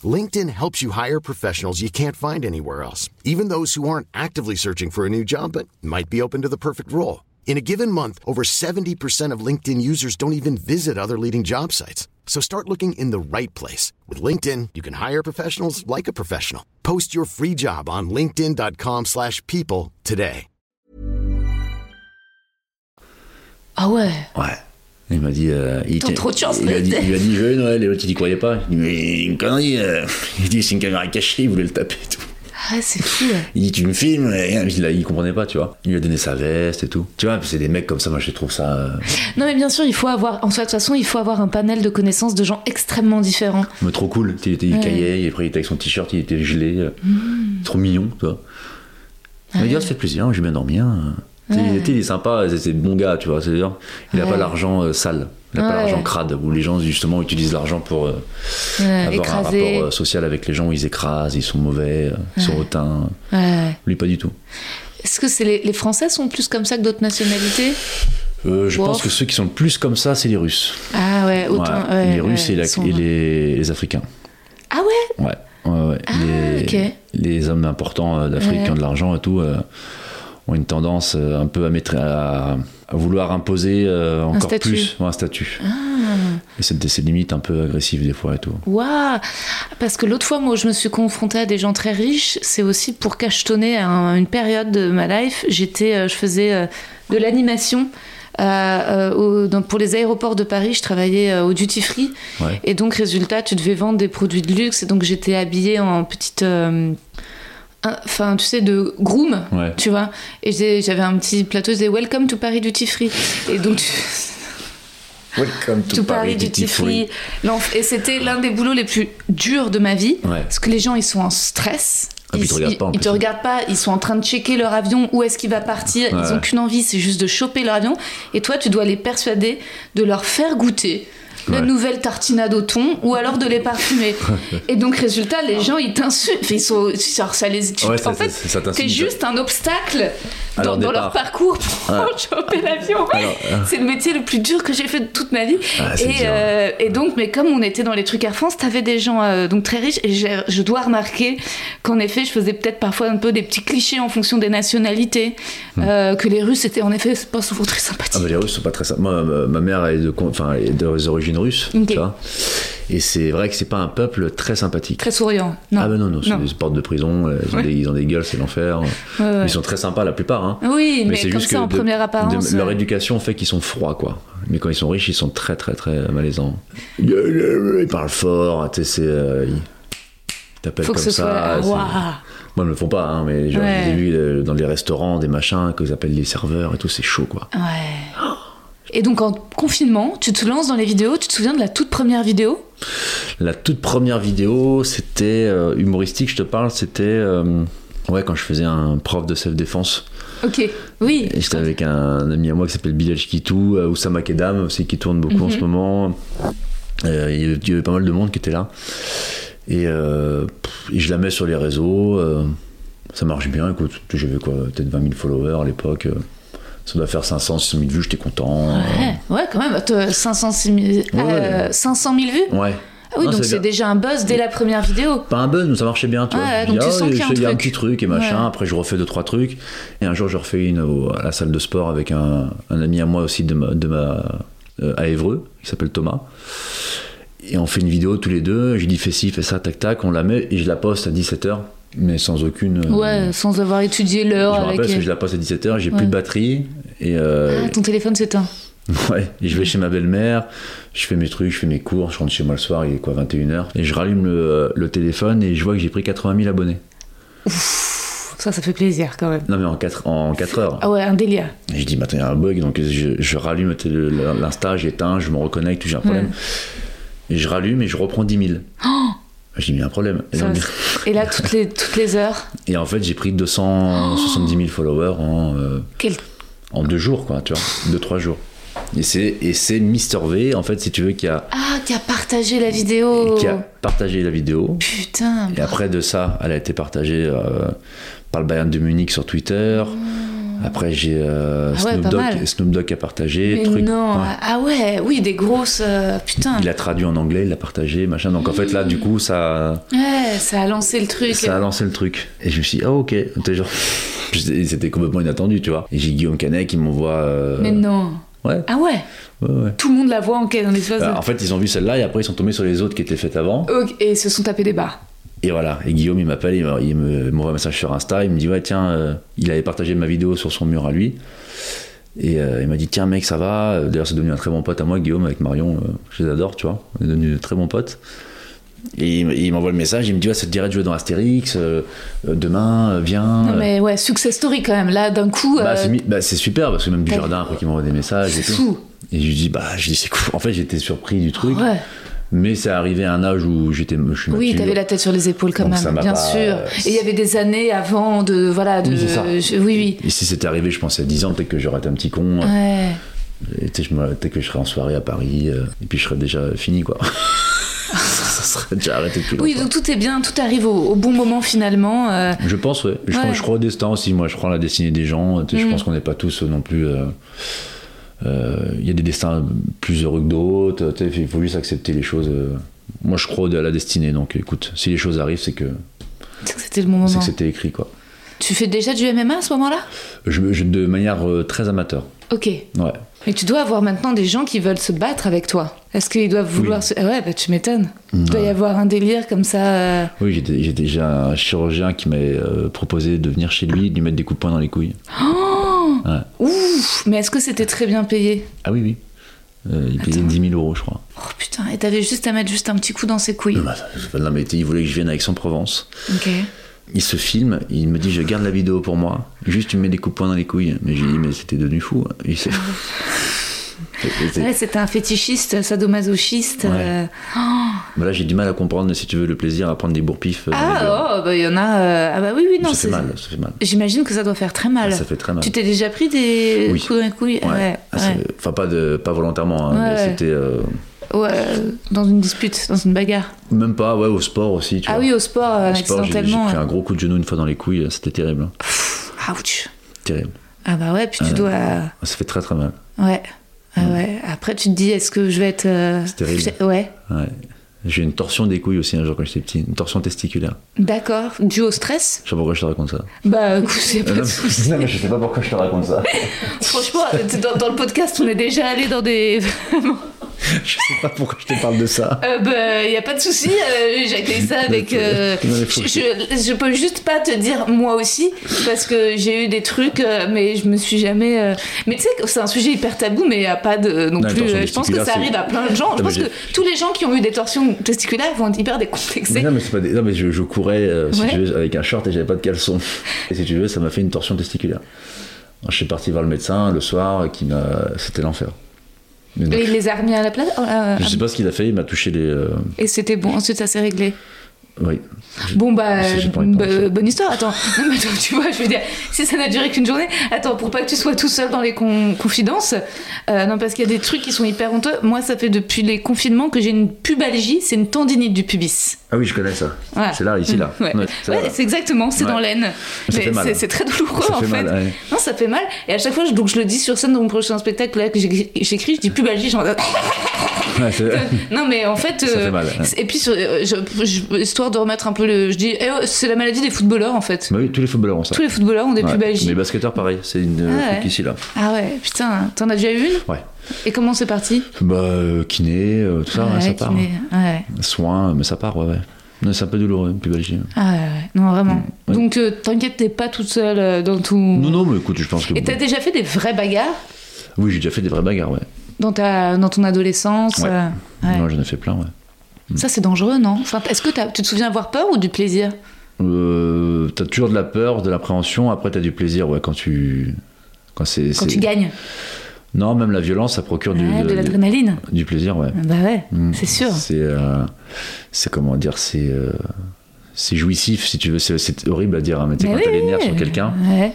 LinkedIn helps you hire professionals you can't find anywhere else, even those who aren't actively searching for a new job but might be open to the perfect role. In a given month, over 70% of LinkedIn users don't even visit other leading job sites. So start looking in the right place. With LinkedIn, you can hire professionals like a professional. Post your free job on linkedin.com/people slash people today.
Ah ouais
Ouais. Il m'a dit. euh, il,
T'as trop de chance,
il a
mec.
dit, il a dit Joyeux Noël et l'autre il n'y croyait pas. Il dit Mais une connerie. euh. [LAUGHS] Il dit c'est une caméra cachée, il voulait le taper et tout.
Ah, c'est fou, ouais.
Il dit tu me filmes et il, a- il comprenait pas, tu vois. Il lui a donné sa veste et tout. Tu vois, puis c'est des mecs comme ça, moi je trouve ça. euh,
Non mais bien sûr, il faut avoir, en soi, de toute façon, il faut avoir un panel de connaissances de gens extrêmement différents.
mais trop cool. Il, était, il
Ouais. Mm.
caillait, et après il était avec son t-shirt, il était gelé. euh, Trop mignon, tu vois. Il m'a dit Ah, ça fait plaisir, j'ai bien dormi. hein. Tu sais, Il, était, il est sympa, c'est- c'est bon gars, tu vois. cest à il n'a pas l'argent euh, sale, il n'a
Ouais.
pas l'argent crade, où les gens justement utilisent l'argent pour. euh,
Ouais,
avoir un
écrasés.
rapport euh, social avec les gens où ils écrasent, ils sont mauvais, euh, ils sont hautains.
Ouais.
Lui, pas du tout.
Est-ce que c'est les, les Français sont plus comme ça que d'autres nationalités
Euh, je
Wow.
pense que ceux qui sont le plus comme ça, c'est les Russes.
Ah ouais, autant.
Ouais,
ouais,
les Russes
ouais,
et, la-
sont-
et les, les Africains.
Ah ouais.
Ouais. ouais, ouais.
Ah,
les,
ok.
les hommes importants euh, d'Afrique
Ouais.
qui ont de l'argent et tout euh, ont une tendance euh, un peu à, mettre, à, à vouloir imposer euh, encore
statut. Ah.
plus ouais, un statut. Et c'est c'est limite un peu agressif des fois et tout.
Waouh Parce que l'autre fois, moi, je me suis confrontée à des gens très riches. C'est aussi pour cachetonner à un- une période de ma life. J'étais, euh, je faisais euh, de l'animation. euh, euh, au- dans- pour les aéroports de Paris, je travaillais euh, au duty free.
Ouais.
Et donc, résultat, tu devais vendre des produits de luxe. Et donc, j'étais habillée en petite. euh, un- Enfin, tu sais, de groom,
Ouais.
tu vois. Et j'ai- j'avais un petit plateau, je disais Welcome to Paris Duty Free. Et donc, tu,
Welcome
tout Paris Duty Free. L'enf- Et c'était l'un des boulots les plus durs de ma vie.
Ouais.
Parce que les gens, ils sont en stress.
Ah, puis ils te regardent pas, en
ils
plus.
te regardent pas, ils sont en train de checker leur avion, où est-ce qu'il va partir.
Ouais.
Ils ont qu'une envie, c'est juste de choper leur avion. Et toi, tu dois les persuader de leur faire goûter la
Ouais.
nouvelle tartinade au thon ou alors de les
[LAUGHS]
parfumer. et donc, résultat, les gens, ils t'insultent. Enfin, Ils sont, alors, ça les, tu-
Ouais, ça-
en fait,
ça- ça t'insulte.
t'es juste un obstacle
À
dans,
leur
dans
départ.
leur parcours pour [LAUGHS]
Ouais. euh.
choper l'avion. C'est le métier le plus dur que j'ai fait de toute ma vie.
Ah, c'est
et,
dur.
euh, et donc, mais comme on était dans les trucs Air France, t'avais des gens euh, donc très riches. Et j'ai- je dois remarquer qu'en effet, je faisais peut-être parfois un peu des petits clichés en fonction des nationalités. Euh, que les Russes étaient en effet pas souvent très
Hmm. Ah
sympathiques.
bah, les Russes sont pas très simples. Moi, ma- ma mère est de, con- enfin, est d'origine russe,
Ok.
tu vois. Et c'est vrai que c'est pas un peuple très sympathique.
Très souriants. Non.
Ah bah non, non, c'est
Non.
des portes de prison, euh, ils ont, des, ils ont des gueules, c'est l'enfer.
ouais.
Ils sont très sympas la plupart. hein.
Oui, mais,
c'est
comme
juste
ça,
que
en
de-
première
de-
apparence.
leur
euh,
éducation fait qu'ils sont froids, quoi. Mais quand ils sont riches, ils sont très, très, très malaisants. Ils parlent fort, tu sais, c'est, euh, ils t'appellent
Faut
comme
que ce
ça.
soit.
c'est-
Waouh.
Moi, ils me le font pas, hein, mais genre,
Ouais.
j'ai vu euh, dans les restaurants, des machins, qu'ils appellent les serveurs et tout, c'est chaud, quoi.
Ouais. Et donc en confinement, tu te lances dans les vidéos. Tu te souviens de la toute première vidéo
La toute première vidéo, c'était euh, humoristique, je te parle, c'était euh, ouais, quand je faisais un prof de self-défense.
Ok. Oui.
Et J'étais avec un ami à moi qui s'appelle Bilal Kitou, euh, Oussama Kedam aussi, qui tourne beaucoup
Mhm.
en ce moment. Euh, Il y, avait- il y avait pas mal de monde qui était là. Et, euh, pff, et je la mets sur les réseaux. euh, ça marche bien, écoute. J'avais quoi, peut-être 20 000 followers à l'époque. euh, ça doit faire 500, 600 000 vues, j'étais content.
Ouais, ouais, quand même. Attends, 500, 6 000, euh, 500 000 vues
Euh, ouais.
Ah oui,
Non,
donc
c'est
c'est
bien.
déjà un buzz dès la première vidéo.
Pas un buzz, mais ça marchait bien, tu
Ouais,
vois.
ouais,
Je me
donc tu
dis,
sens
ah,
qu'il y a un
il y a un
truc.
petit truc et machin.
Ouais.
Après, je refais deux, trois trucs. Et un jour, je refais une au- à la salle de sport avec un, un ami à moi aussi de ma, de ma- euh, à Évreux, qui s'appelle Thomas. Et on fait une vidéo tous les deux. J'ai dit, fais ci, fais ça, tac, tac. On la met et je la poste à 17h, mais sans aucune. euh,
Ouais, sans avoir étudié
Je me
l'heure
rappelle
avec.
parce que je la poste à 17h, j'ai
Ouais.
plus de batterie. Et, euh,
Ah, ton téléphone s'éteint. Ah.
[LAUGHS] Ouais, et je vais chez ma belle-mère, je fais mes trucs, je fais mes cours, je rentre chez moi le soir, il est quoi, 21h, et je rallume le, le téléphone et je vois que j'ai pris 80 000 abonnés.
Ça, ça fait plaisir quand même.
Non mais en 4, en quatre heures.
Ah ouais, un délire.
Et je dis, bah il y a un bug, donc je, je rallume le télé- l'insta, j'éteins, je me reconnecte, j'ai un problème.
Hmm.
Et je rallume et je reprends 10 000. je dis, mais il y a un problème. Et,
Oh Ça
donc-
va- Et là, toutes les, toutes les heures,
et en fait, j'ai pris 270 000 followers en... euh,
quel
en deux jours, quoi, tu vois, deux, trois jours. Et c'est, et c'est Mister V, en fait, si tu veux, qui a,
Ah, qui a partagé la vidéo
qui a partagé la vidéo.
Putain
Et après de ça, elle a été partagée euh, par le Bayern de Munich sur Twitter. Après, j'ai euh,
Oh. Ah ouais,
Snoop,
pas
Dogg,
mal.
Snoop Dogg qui a partagé.
Mais
truc.
non
Ouais.
Ah ouais, oui, des grosses... euh, putain
Il a traduit en anglais, il l'a partagé, machin. Donc en fait, là, du coup, ça,
Ouais, ça a lancé le truc.
ça a lancé le truc. Et je me suis dit, ah ok, t'es genre. [LAUGHS] C'était complètement inattendu, tu vois. Et j'ai Guillaume Canet qui m'envoie. euh,
Mais non
Ouais,
Ah ouais
ouais, ouais.
Tout le monde la voit en, en l'espace de-
Euh, en fait, ils ont vu celle-là et après, ils sont tombés sur les autres qui étaient faites avant.
Ok, Et ils se sont tapés des barres.
Et voilà, et Guillaume il m'appelle, il me- il me- il m'envoie un message sur Insta, il me dit ouais tiens, euh, il avait partagé ma vidéo sur son mur à lui. Et euh, il m'a dit tiens mec ça va, Euh, d'ailleurs c'est devenu un très bon pote à moi, Guillaume avec Marion, euh, je les adore tu vois, on est devenu de très bons potes. Et il, m- il m'envoie le message, il me dit ouais ça te dirait de jouer dans Astérix, euh, euh, demain euh, viens.
Non mais ouais, success story quand même. Là, d'un coup...
Bah,
euh,
c'est mi- bah, c'est super parce que même du jardin après qu'il m'envoie des messages et
C'est
tout.
fou.
Et je lui dis bah je dis c'est cool. En fait j'étais surpris du truc,
Ouais.
mais c'est arrivé à un âge où j'étais, je suis
Oui,
mature.
t'avais la tête sur les épaules quand
Donc ça
même,
m'a
bien
pas- euh,
sûr. Et il y avait des années avant de... Voilà, de...
Oui, c'est ça.
je- oui, oui.
Et si c'était arrivé, je pensais à 10 ans, peut-être que j'aurais été un petit con.
Ouais.
Et tu sais, je me- peut-être que je serais en soirée à Paris, euh, et puis je serais déjà fini, quoi. [LAUGHS] ça serait déjà arrêté depuis
Oui,
longtemps.
donc tout est bien, tout arrive au, au bon moment finalement. euh,
Je pense, ouais. Je,
Ouais. Mm.
pense- je crois au destin aussi. Moi, je crois à la destinée des gens. Tu sais, Je pense qu'on n'est pas tous euh, non plus. euh, euh, Il y a des destins plus heureux que d'autres. Tu sais, Il faut juste accepter les choses. euh. Moi, je crois à la destinée. Donc, écoute, si les choses arrivent, c'est que
c'est que c'était le bon moment.
c'est que c'était écrit, quoi.
Tu fais déjà du MMA à ce moment-là
Je, je- de manière euh, très amateur.
Ok.
Ouais.
Mais tu dois avoir maintenant des gens qui veulent se battre avec toi. Est-ce qu'ils doivent vouloir
Oui.
se... Ah ouais, bah tu m'étonnes. Il doit y avoir un délire comme ça.
[GASPS]
euh,
Oui, j'étais- j'ai déjà un chirurgien qui m'a euh, proposé de venir chez lui, de lui mettre des coups de poing dans les couilles.
Oh Ouf Mais est-ce que c'était très bien payé
Ah oui, oui. Euh, il payait 10 000 euros, je crois.
Oh putain, et t'avais juste à mettre juste un petit coup dans ses couilles.
Bah, non, mais il voulait que je vienne avec son Provence.
Ok.
Il se filme, il me dit Je garde la vidéo pour moi, juste tu me mets des coups de poing dans les couilles. Mais j'ai dit Mais c'était devenu fou. Il [LAUGHS] s'est- Et- et c'est-
Ouais, c'était un fétichiste, sadomasochiste.
Ouais.
euh,
Bah là, j'ai du mal à comprendre, si tu veux, le plaisir à prendre des bourpifs. euh, dans les vidéos.
Ah, oh, bah il y en a. euh, Ah bah oui, oui, non,
ça fait
c'est.
mal, ça fait mal.
J'imagine que ça doit faire très mal.
Ah, ça fait très mal.
Tu t'es déjà pris des
Oui.
coups dans les couilles
Ouais.
ouais.
Ah, c'est-
ouais.
Enfin, pas, de, pas volontairement, hein,
Ouais,
mais
ouais.
c'était. euh,
Ouais, euh, dans une dispute, dans une bagarre.
Même pas, ouais, au sport aussi. Tu
Ah
vois.
oui, au sport, euh,
Au sport, j'ai-
accidentellement.
J'ai pris
ouais.
un gros coup de genou une fois dans les couilles, c'était terrible. hein.
Ouch.
Terrible. Ah,
Ah bah ouais, puis tu dois.
Ça fait très très mal.
Ouais. Ah ouais. Après, tu te dis, est-ce que je vais être. euh,
Mm. C'est terrible.
c'est- Ouais.
Ouais. J'ai eu une torsion des couilles aussi un jour quand j'étais petit, une torsion testiculaire.
D'accord. Dû au stress
Je sais pas pourquoi je te raconte [LAUGHS] ça.
Bah, [LAUGHS] écoute, c'est
Ah
pas de
[LAUGHS]
souci.
mais je sais pas pourquoi je te raconte ça.
Franchement, dans, dans le podcast, on est déjà allé dans des.
[LAUGHS]
[LAUGHS]
je sais pas pourquoi je te parle de ça.
Euh, bah, y a pas de souci. Euh, J'accueille ça avec. euh,
Non, mais faut
je,
que-
je- je peux juste pas te dire moi aussi parce que j'ai eu des trucs, euh, mais je me suis jamais. euh, Mais tu sais, que c'est un sujet hyper tabou, mais y a pas de non
Non, les
plus.
torsions
euh, je pense que
testiculaires,
ça
c'est-
arrive à plein de gens. Je
Non, mais
pense que
j'ai-
tous les gens qui ont eu des torsions testiculaires vont être hyper
Mais
décomplexés.
non, mais, c'est pas des- non, mais je, je courais euh, si
Ouais.
tu veux, avec un short et j'avais pas de caleçon. Et si tu veux, ça m'a fait une torsion testiculaire. Alors, je suis parti voir le médecin le soir euh, qui m'a. C'était l'enfer. Mais donc,
Et il les a remis à la place. oh, euh,
je sais pas ce qu'il a fait, il m'a touché les. euh,
et c'était bon. Ensuite, ça s'est réglé.
Oui.
Bon bah,
Ça, j'ai pas envie de
bah,
penser.
bonne histoire. Attends, non, mais attends, tu vois, je veux dire, si ça n'a duré qu'une journée, attends, pour pas que tu sois tout seul dans les con- confidences, euh, non parce qu'il y a des trucs qui sont hyper honteux. Moi, ça fait depuis les confinements que j'ai une pubalgie, c'est une tendinite du pubis.
Ah oui, je connais ça.
Ouais.
C'est là, ici, là.
[LAUGHS] Ouais,
Ouais, c'est là.
Ouais, c'est exactement, c'est
Ouais.
dans l'aine.
Ça
Mais
fait mal,
c'est-
hein.
c'est très douloureux
Ça
en
fait
fait.
mal, ouais.
Non, ça fait mal. Et à chaque fois, je- donc je le dis sur scène dans mon prochain spectacle là, que j'écris, j'écris, je dis pubalgie, genre. [LAUGHS]
Ouais, c'est-
Non mais en fait, euh,
Ça fait mal, hein. ouais.
et puis sur- euh, je- je- histoire de remettre un peu le, je dis eh, oh, c'est la maladie des footballeurs en fait.
Bah oui, tous les footballeurs ont ça.
Tous les footballeurs ont des
Ouais. bah-
pubalgies.
Les basketteurs, pareil. C'est une euh,
Ah ouais.
truc ici, là.
Ah ouais, putain, t'en as déjà eu une
Ouais.
Et comment c'est parti
Bah, euh, kiné, euh, tout ça, ouais, ça
ouais,
part.
kiné, ouais.
Soins, mais ça part, ouais, ouais. Non, C'est un peu douloureux, une hein. pubalgie.
Ah ouais, ouais. non vraiment.
Ouais.
Donc euh, t'inquiète, t'es pas toute seule euh, dans tout.
Mm, Non, non, mais écoute, je pense que.
Et t'as déjà fait des vraies bagarres
Oui, j'ai déjà fait des vraies bagarres, ouais.
dans ta, dans ton adolescence
Ouais.
euh, ouais.
Moi, j'en ai fait plein, ouais.
Ça c'est dangereux, non Enfin, est-ce que t'as- tu te souviens avoir peur ou du plaisir
Euh, t'as toujours de la peur, de l'appréhension. Après, t'as du plaisir, ouais, quand tu. Quand, c'est,
quand
c'est-
tu gagnes
Non, même la violence, ça procure du,
Ouais,
de-
De l'adrénaline.
du plaisir, ouais.
Bah ouais,
Mm.
c'est sûr.
C'est, euh, c'est comment dire, c'est, euh, c'est jouissif, si tu veux. C'est, c'est horrible à dire, hein, mais tu sais,
Mais
quand t'as les nerfs sur
oui.
quelqu'un,
Ouais.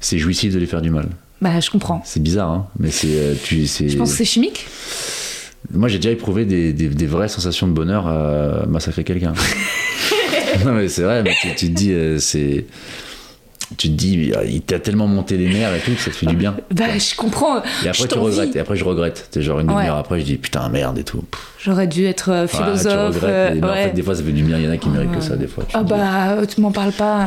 c'est jouissif de lui faire du mal.
Bah je comprends.
C'est bizarre, hein, mais c'est, euh, tu, c'est.
Je pense que c'est chimique.
Moi, j'ai déjà éprouvé des, des- des vraies sensations de bonheur à
[LAUGHS]
massacrer quelqu'un. non, mais c'est vrai, mais tu, tu te dis, euh, c'est. Tu te dis, il t'a tellement monté les nerfs et tout que ça te fait du bien.
Bah je comprends.
Et
Je
après, tu
t'envie.
regrettes. Et après, je regrette. T'es genre une
Ouais.
demi-heure après, je dis, putain, merde et tout. Pff,
J'aurais dû être euh,
ah,
philosophe.
tu regrettes.
euh,
mais
ouais.
en fait, des fois, ça fait du bien. Il y en a qui méritent que ça, des fois. Tu
Ah
te dis,
bah, euh, tu m'en parles pas.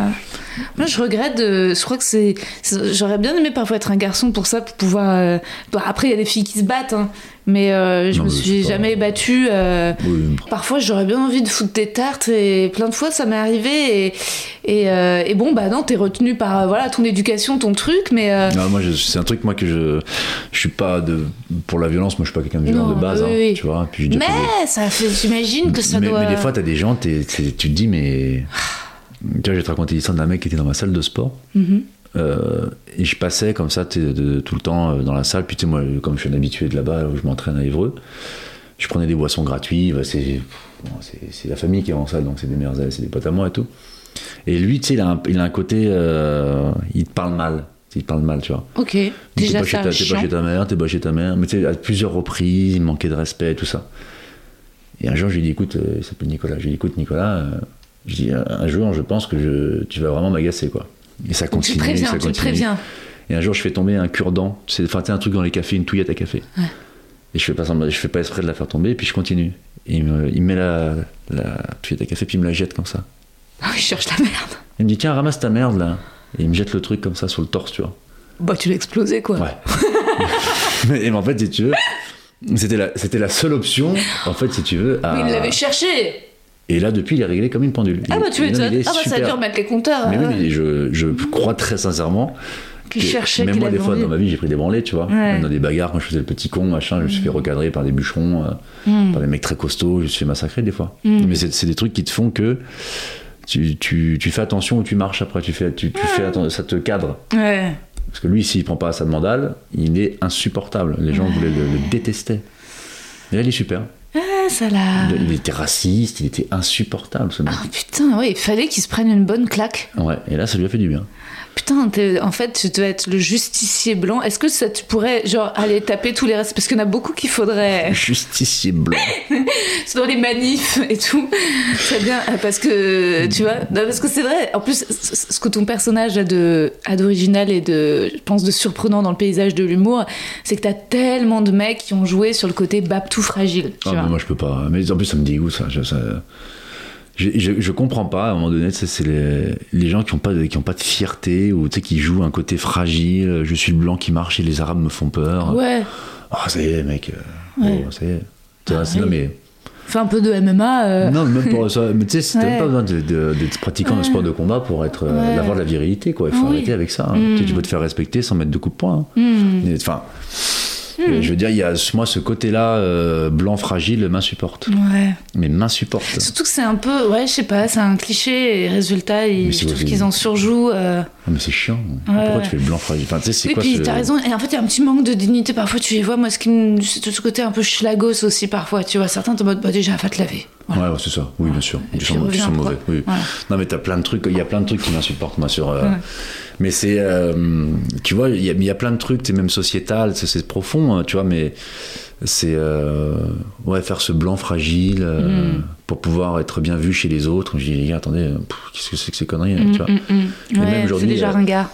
Moi, je regrette. de- je crois que c'est. c'est- J'aurais bien aimé parfois être un garçon pour ça, pour pouvoir. euh, bah, après, il y a des filles qui se battent, hein, mais euh, je
Non,
me
mais
suis
c'est pas-
jamais battue. euh,
oui.
Parfois, j'aurais bien envie de foutre des tartes et plein de fois, ça m'est arrivé. Et, et, euh, et bon, bah non, t'es retenu par euh, voilà ton éducation, ton truc, mais. euh,
Non, moi, je- c'est un truc, moi, que je. Je suis pas de. Pour la violence, moi, je suis pas quelqu'un de violent
Non,
de base.
oui,
hein,
oui.
tu vois. Puis, j'ai déjà fait des-
mais ça fait. J'imagine que ça
mais,
doit.
mais des fois, t'as des gens, t'es- t'es- tu te dis, mais. Tu vois, je vais te raconter l'histoire d'un mec qui était dans ma salle de sport.
Mm-hmm.
Euh, et je passais comme ça, t'es de- tout le temps euh, dans la salle. Puis, tu sais, moi, comme je suis un habitué de là-bas, où je m'entraîne à Évreux, je prenais des boissons gratuites. Bah, C'est bon, c'est- c'est la famille qui est en salle, donc c'est des meilleurs amis, c'est des potes à moi et tout. Et lui, tu sais, il, a un- il a un côté. euh, il te parle mal. Tu sais, Il te parle mal, tu vois.
ok.
T'es
Déjà,
pas, chez
ça
ta- t'es pas
chiant.
chez ta mère, t'es pas chez ta mère. Mais tu sais, à plusieurs reprises, il manquait de respect, tout ça. Et un jour, je lui ai dit, écoute, euh, il s'appelle Nicolas. Je lui ai dit, écoute, Nicolas, euh, je lui ai dit, un un jour, je pense que je- tu vas vraiment m'agacer, quoi. Et ça
Donc, tu
continue.
le préviens,
ça
tu le
continue.
préviens.
Et un jour, je fais tomber un cure-dent. C'est enfin, tu sais, un truc dans les cafés, une touillette à café. Et je fais pas semblant- je fais pas exprès de la faire tomber, et puis je continue. Et il me, il me met la, la touillette à café, puis il me la jette comme ça.
Ah oui, je cherche la merde.
Il me dit, tiens, ramasse ta merde, là. Et il me jette le truc comme ça sur le torse, tu vois.
Bah, tu l'as explosé, quoi.
Ouais. [LAUGHS] mais, mais en fait, si tu veux, c'était la, c'était la seule option, en fait, si tu veux. à-
Mais il l'avait cherché
Et là, depuis, Euh, il est réglé comme une pendule.
Ah
Il-
bah tu
il- non,
m'étonnes.
il est
Ah bah ça a
super.
dû remettre les compteurs.
Mais
ah
oui,
ouais.
mais je, je crois très sincèrement.
Qu'il
que-
cherchait,
Même
qu'il
moi, des
avait
fois,
envie.
dans ma vie, j'ai pris des branlées, tu vois.
Ouais. Mm.
Même dans des bagarres, quand je faisais le petit con, machin, je me suis fait recadrer par des bûcherons, euh, par des mecs très costauds, je me suis fait massacrer des fois.
Mm.
Mais c'est c'est des trucs qui te font que. Tu, tu, tu fais attention où tu marches après, tu fais, tu, tu fais atten- ça te cadre.
Ouais.
Parce que lui, s'il prend pas sa mandale, il est insupportable. Les gens voulaient le, le détester. Et là, il est super.
Ah, ça l'a.
Il, il était raciste, il était insupportable, ce mec.
Ah putain, ouais, il fallait qu'il se prenne une bonne claque. Ah,
Ouais, et là, ça lui a fait
[LAUGHS]
du bien.
Putain, t'es- en fait, tu dois être le justicier blanc. Est-ce que ça, tu pourrais, genre, aller taper tous les restes Parce qu'il y en a beaucoup qu'il faudrait.
Justicier blanc.
C'est dans les manifs et tout. Très bien, euh, parce que, tu vois, non, parce que c'est vrai. En plus, c- c- ce que ton personnage a de- a d'original et de, je pense, de surprenant dans le paysage de l'humour, c'est que t'as tellement de mecs qui ont joué sur le côté bab tout fragile. Tu
Ah,
vois.
mais moi, je peux pas. Mais en plus, ça me dégoûte, ça. Je, ça- je, je- je comprends pas, à un moment donné, tu sais, c'est les, les gens qui ont pas, de- qui ont pas de fierté ou tu sais, qui jouent un côté fragile. Je suis le blanc qui marche et les arabes me font peur.
Ouais.
Ah, ça y est, mec. euh,
Ouais.
oh, ça y est. Tu vois,
Ah,
c'est- non,
oui.
mais.
Fais un peu de MMA. euh,
Non, mais même pour ça. Mais tu sais, c'est- t'as
Ouais.
pas besoin de- de- d'être pratiquant de sport de combat pour être, euh,
Ouais.
d'avoir de la virilité, quoi. Il
Oui.
faut
Mm.
arrêter avec ça. hein. Tu, sais, tu peux te faire respecter sans mettre de coups de poing. hein. Et, Enfin,
Et euh, je veux dire, il y a ce- moi ce côté-là euh, blanc fragile m'insupporte.
Ouais.
Mais m'insupporte.
Surtout que Mm. c'est un peu, ouais, je sais pas, c'est un cliché et résultat, ils,
Mais c'est
je trouve
possible.
qu'ils en surjouent. euh.
Ah, mais c'est chiant. Pourquoi tu fais le blanc fragile Enfin, tu sais, c'est
Oui,
quoi
puis
ce-
t'as raison, et en fait, il y a un petit manque de dignité. Parfois, tu les vois, moi, ce qui me- c'est tout ce côté un peu schlagos aussi, parfois, tu vois. Certains te mode, bah déjà, va te laver. Voilà.
Ouais, ouais, c'est ça. Oui, bien sûr.
Et
Ils
puis
sont, ils
reviens
sont
après.
mauvais. Oui.
Voilà.
Non, mais t'as plein de trucs. Il y a plein de trucs qui m'insupportent, moi, sur. euh, Mais c'est. euh, tu vois, il y, a- il y a plein de trucs, c'est même sociétal, c'est- c'est profond, hein, tu vois, mais c'est. euh, ouais, faire ce blanc fragile euh,
Mm.
pour pouvoir être bien vu chez les autres. Je dis, les gars, attendez, euh, pff, qu'est-ce que c'est que ces conneries hein, tu vois Et même
Mm, Ouais, c'est
aujourd'hui,
déjà
euh,
ringard.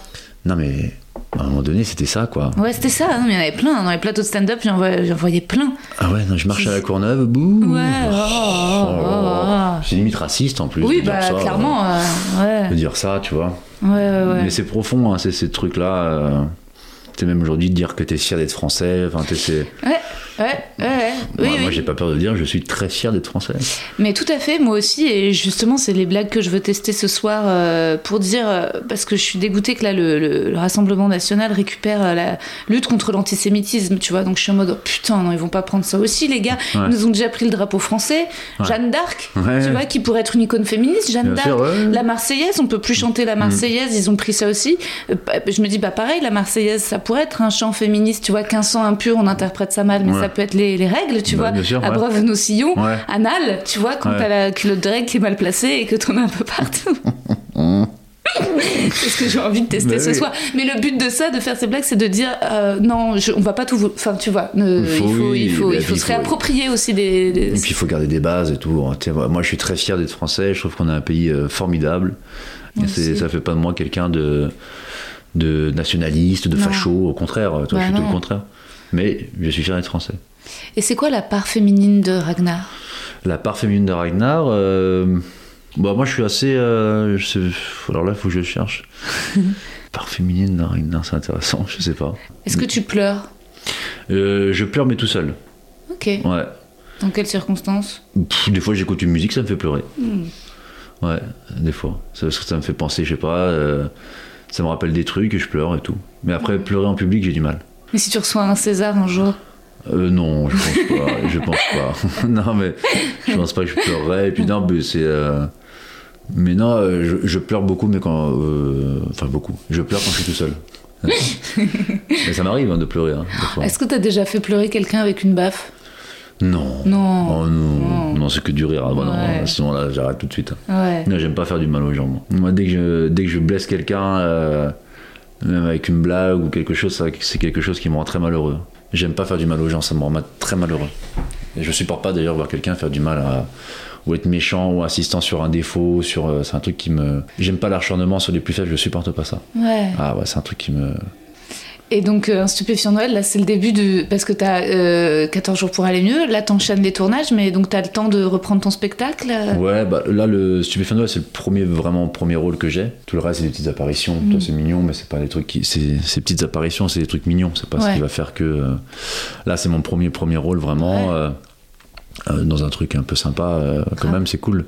Non, mais à un moment donné, c'était ça, quoi.
Ouais, c'était ça, hein, mais il y en avait plein. Dans les plateaux de stand-up, j'en voyais, j'en voyais plein.
Ah ouais, non, je marche à la Courneuve, bouh
Ouais, oh, oh,
Oh,
oh, oh.
C'est limite raciste en plus.
Oui,
de dire
bah,
ça,
clairement, euh,
euh, de
ouais.
dire ça, tu vois.
Ouais, ouais, ouais.
Mais c'est profond, hein, c'est ces trucs-là. euh, t'es même aujourd'hui de dire que t'es fier d'être français. Enfin, t'es- c'est-
Ouais, ouais, ouais, ouais. Oui,
moi,
oui.
moi, j'ai pas peur de le dire, je suis très fier d'être français.
Mais tout à fait, moi aussi, et justement, c'est les blagues que je veux tester ce soir euh, pour dire, euh, parce que je suis dégoûtée que là, le, le- le Rassemblement national récupère euh, la lutte contre l'antisémitisme, tu vois, donc je suis en mode, oh, putain, non, ils vont pas prendre ça aussi, les gars,
Ouais.
ils nous ont déjà pris le drapeau français, Jeanne d'Arc,
Ouais.
tu vois, qui pourrait être une icône féministe, Jeanne
Bien
d'Arc,
sûr, ouais. Mm.
la Marseillaise, on peut plus chanter la Marseillaise, ils ont pris ça aussi. Euh, bah, Je me dis, bah pareil, la Marseillaise, ça pourrait être un chant féministe, tu vois, 1500 impur, on interprète ça mal, mais
Ouais.
ça peut être les, les règles, tu
Bah,
vois,
bien sûr,
à
ouais.
brave nos sillons,
Ouais.
anal, tu vois, quand
Ouais.
t'as la culotte de règle qui est mal placée et que t'en as un peu
[LAUGHS]
partout. C'est ce que j'ai envie de tester
Bah
ce
oui.
soir. Mais le but de ça, de faire ces blagues, c'est de dire euh, non, je- on va pas tout. vous- Enfin, tu vois, euh, il
Il
faut,
faut, oui,
il faut,
la
il faut
vie,
se
faut-
réapproprier aussi des. des-
Et puis, il faut garder des bases et tout. hein, t'sais, moi, je suis très fier d'être français. Je trouve qu'on a un pays euh, formidable. Et c'est- ça fait pas de moi quelqu'un de, de nationaliste, de
Non.
facho. Au contraire, euh, toi,
Bah
je suis tout
non.
le contraire. Mais je suis fier d'être français.
Et c'est quoi la part féminine de Ragnar
La part féminine de Ragnar, euh, bah moi je suis assez. euh, je sais- alors là, il faut que je cherche. part féminine de Ragnar, c'est intéressant, je sais pas.
Est-ce que tu pleures
Euh, je pleure, mais tout seul.
Ok.
Ouais.
Dans quelles circonstances
Pff, des fois, j'écoute une musique, ça me fait pleurer. Ouais, des fois. Ça, parce que ça me fait penser, je sais pas. euh, ça me rappelle des trucs et je pleure et tout. Mais après, pleurer en public, j'ai du mal.
Mais si tu reçois un César un jour
Euh, non, je pense pas. je pense pas. [LAUGHS] non, mais je pense pas que je pleurerais. Et puis non, mais c'est. euh, Mais non, euh, je, je pleure beaucoup, mais quand. euh, Enfin, beaucoup. Je pleure quand je suis
[LAUGHS]
tout seul. mais ça m'arrive hein, de pleurer. hein, des fois.
Est-ce que t'as déjà fait pleurer quelqu'un avec une baffe
Non.
Non.
Oh non.
Non.
Non, c'est que du rire. Ah, bah, non,
Ouais.
sinon, là, j'arrête tout de suite.
Ouais.
Non, j'aime pas faire du mal aux gens. Moi, Moi, dès, que je, dès que je blesse quelqu'un, euh, même avec une blague ou quelque chose, ça- c'est quelque chose qui me rend très malheureux. J'aime pas faire du mal aux gens, ça me rend ma- très malheureux. Et je supporte pas d'ailleurs voir quelqu'un faire du mal à- ou être méchant ou insistant sur un défaut, sur euh, c'est un truc qui me. J'aime pas l'acharnement sur les plus faibles, je supporte pas ça.
Ouais.
Ah ouais, c'est un truc qui me.
Et donc, euh, un stupéfiant Noël, là, c'est le début de. Parce que t'as euh, 14 jours pour aller mieux, là, t'enchaînes les tournages, mais donc t'as le temps de reprendre ton spectacle euh.
Ouais, bah là, le Stupéfiant Noël, c'est le premier, vraiment premier rôle que j'ai. Tout le reste, c'est des petites apparitions.
Mm.
Toi, C'est mignon, mais c'est pas des trucs qui. c'est- Ces petites apparitions, c'est des trucs mignons. C'est pas
Ouais.
ce qui va faire que. euh, Là, c'est mon premier, premier rôle vraiment.
Ouais.
euh, euh, dans un truc un peu sympa, euh, quand
Grave.
même, c'est cool.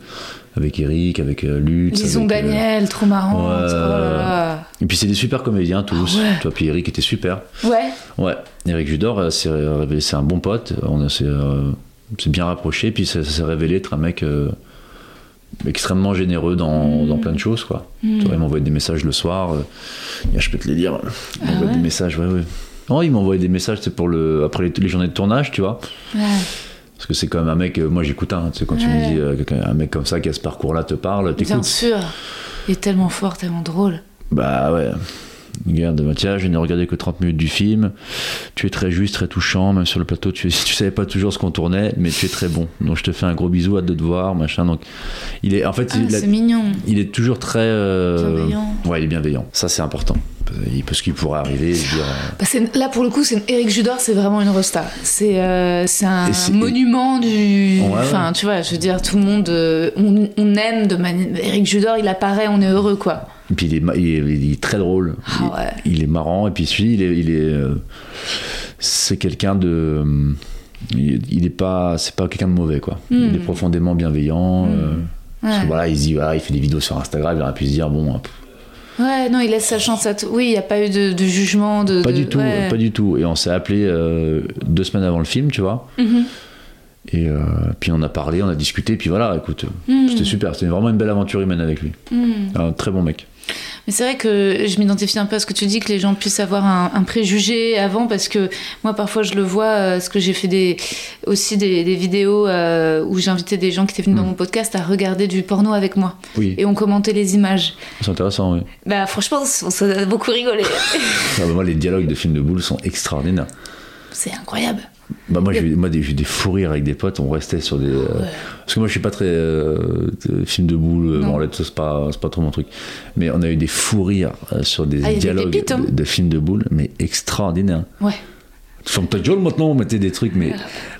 Avec Eric, avec euh, Lutz.
Lison
avec, euh,
Daniel, trop marrant.
ouais.
Oh là
Et puis, c'est des super comédiens, tous.
Ah ouais.
Toi, puis Eric était super.
là. Ouais.
Ouais, Eric Judor, euh, c'est révélé- c'est un bon pote. On a- s'est euh, s'est bien rapproché, puis ça, ça s'est révélé être un mec euh, extrêmement généreux dans, dans plein de choses, quoi. Tu vois, il m'envoyait des messages le soir. euh, gars, je peux te les lire. Il m'envoie des messages, ouais, ouais. Non, il m'envoyait des messages, c'est pour le après les, les journées de tournage, tu vois. Parce que c'est quand même un mec. euh, moi, j'écoute un. Tu sais, quand tu me dis euh, quelqu'un- un mec comme ça qui a ce parcours-là te
Bien
parle, t'écoutes.
sûr. Il est tellement fort, tellement drôle.
Bah ouais. Regarde, bah, tiens, je n'ai regardé que 30 minutes du film. Tu es très juste, très touchant. Même sur le plateau, tu, [LAUGHS] tu savais pas toujours ce qu'on tournait, mais tu es très bon. Donc je te fais un gros bisou, hâte de te voir, machin. Donc il est, en fait,
Ah,
il, a-
c'est mignon.
il est toujours très euh,
Bienveillant.
Ouais, il est bienveillant. Ça c'est important. Il- Parce qu'il pourrait arriver et se dire. euh,
Bah, c'est- là, pour le coup, c'est Eric Judor, c'est vraiment une resta. C'est euh, c'est un
Et c'est-
monument du.
Ouais, ouais.
Enfin, tu vois, je veux dire, tout le monde. euh, on, on aime de manière. Eric Judor, il apparaît, on est heureux, quoi.
Et puis il est, ma- il est- il est très drôle.
Ah
Il-
ouais.
il, est marrant. Et puis celui, il est. il est, euh, c'est quelqu'un de. Il il est pas. C'est pas quelqu'un de mauvais, quoi.
Hmm.
Il est profondément bienveillant. euh, parce que voilà, il se dit, voilà, il fait des vidéos sur Instagram, il aurait pu se dire, bon. pff,
Ouais, non, il laisse sa chance à tout. Oui, il n'y a pas eu de, de jugement. De,
Pas
de-
du tout,
ouais.
pas du tout. Et on s'est appelé euh, deux semaines avant le film, tu vois.
Mhm.
Et euh, puis on a parlé, on a discuté, puis voilà, écoute, euh,
Mhm.
c'était super, c'était vraiment une belle aventure humaine avec lui. Un très bon mec.
Mais c'est vrai que je m'identifie un peu à ce que tu dis, que les gens puissent avoir un, un préjugé avant, parce que moi parfois je le vois, euh, parce que j'ai fait des, aussi des, des vidéos euh, où j'invitais des gens qui étaient venus dans mon podcast à regarder du porno avec moi.
Hmm. Oui.
Et on commentait les images.
C'est intéressant, oui.
Bah franchement, on s'en a beaucoup rigolé.
Ah, bah, moi, les dialogues de films de boules sont extraordinaires.
[LAUGHS] c'est incroyable.
Bah, moi, j'ai eu moi, des, j'ai eu des fous rires avec des potes, on restait sur des. euh, Parce que moi, je suis pas très euh, de- film de boules, euh, bon, là, c'est pas, c'est pas trop mon truc. Mais on a eu des fous rires euh, sur des
Ah, il y a des
dialogues
pépites, hein.
de, de films de boules, mais extraordinaires.
Ouais.
Tu fermes ta gueule maintenant, on mettait des
[LAUGHS]
trucs, mais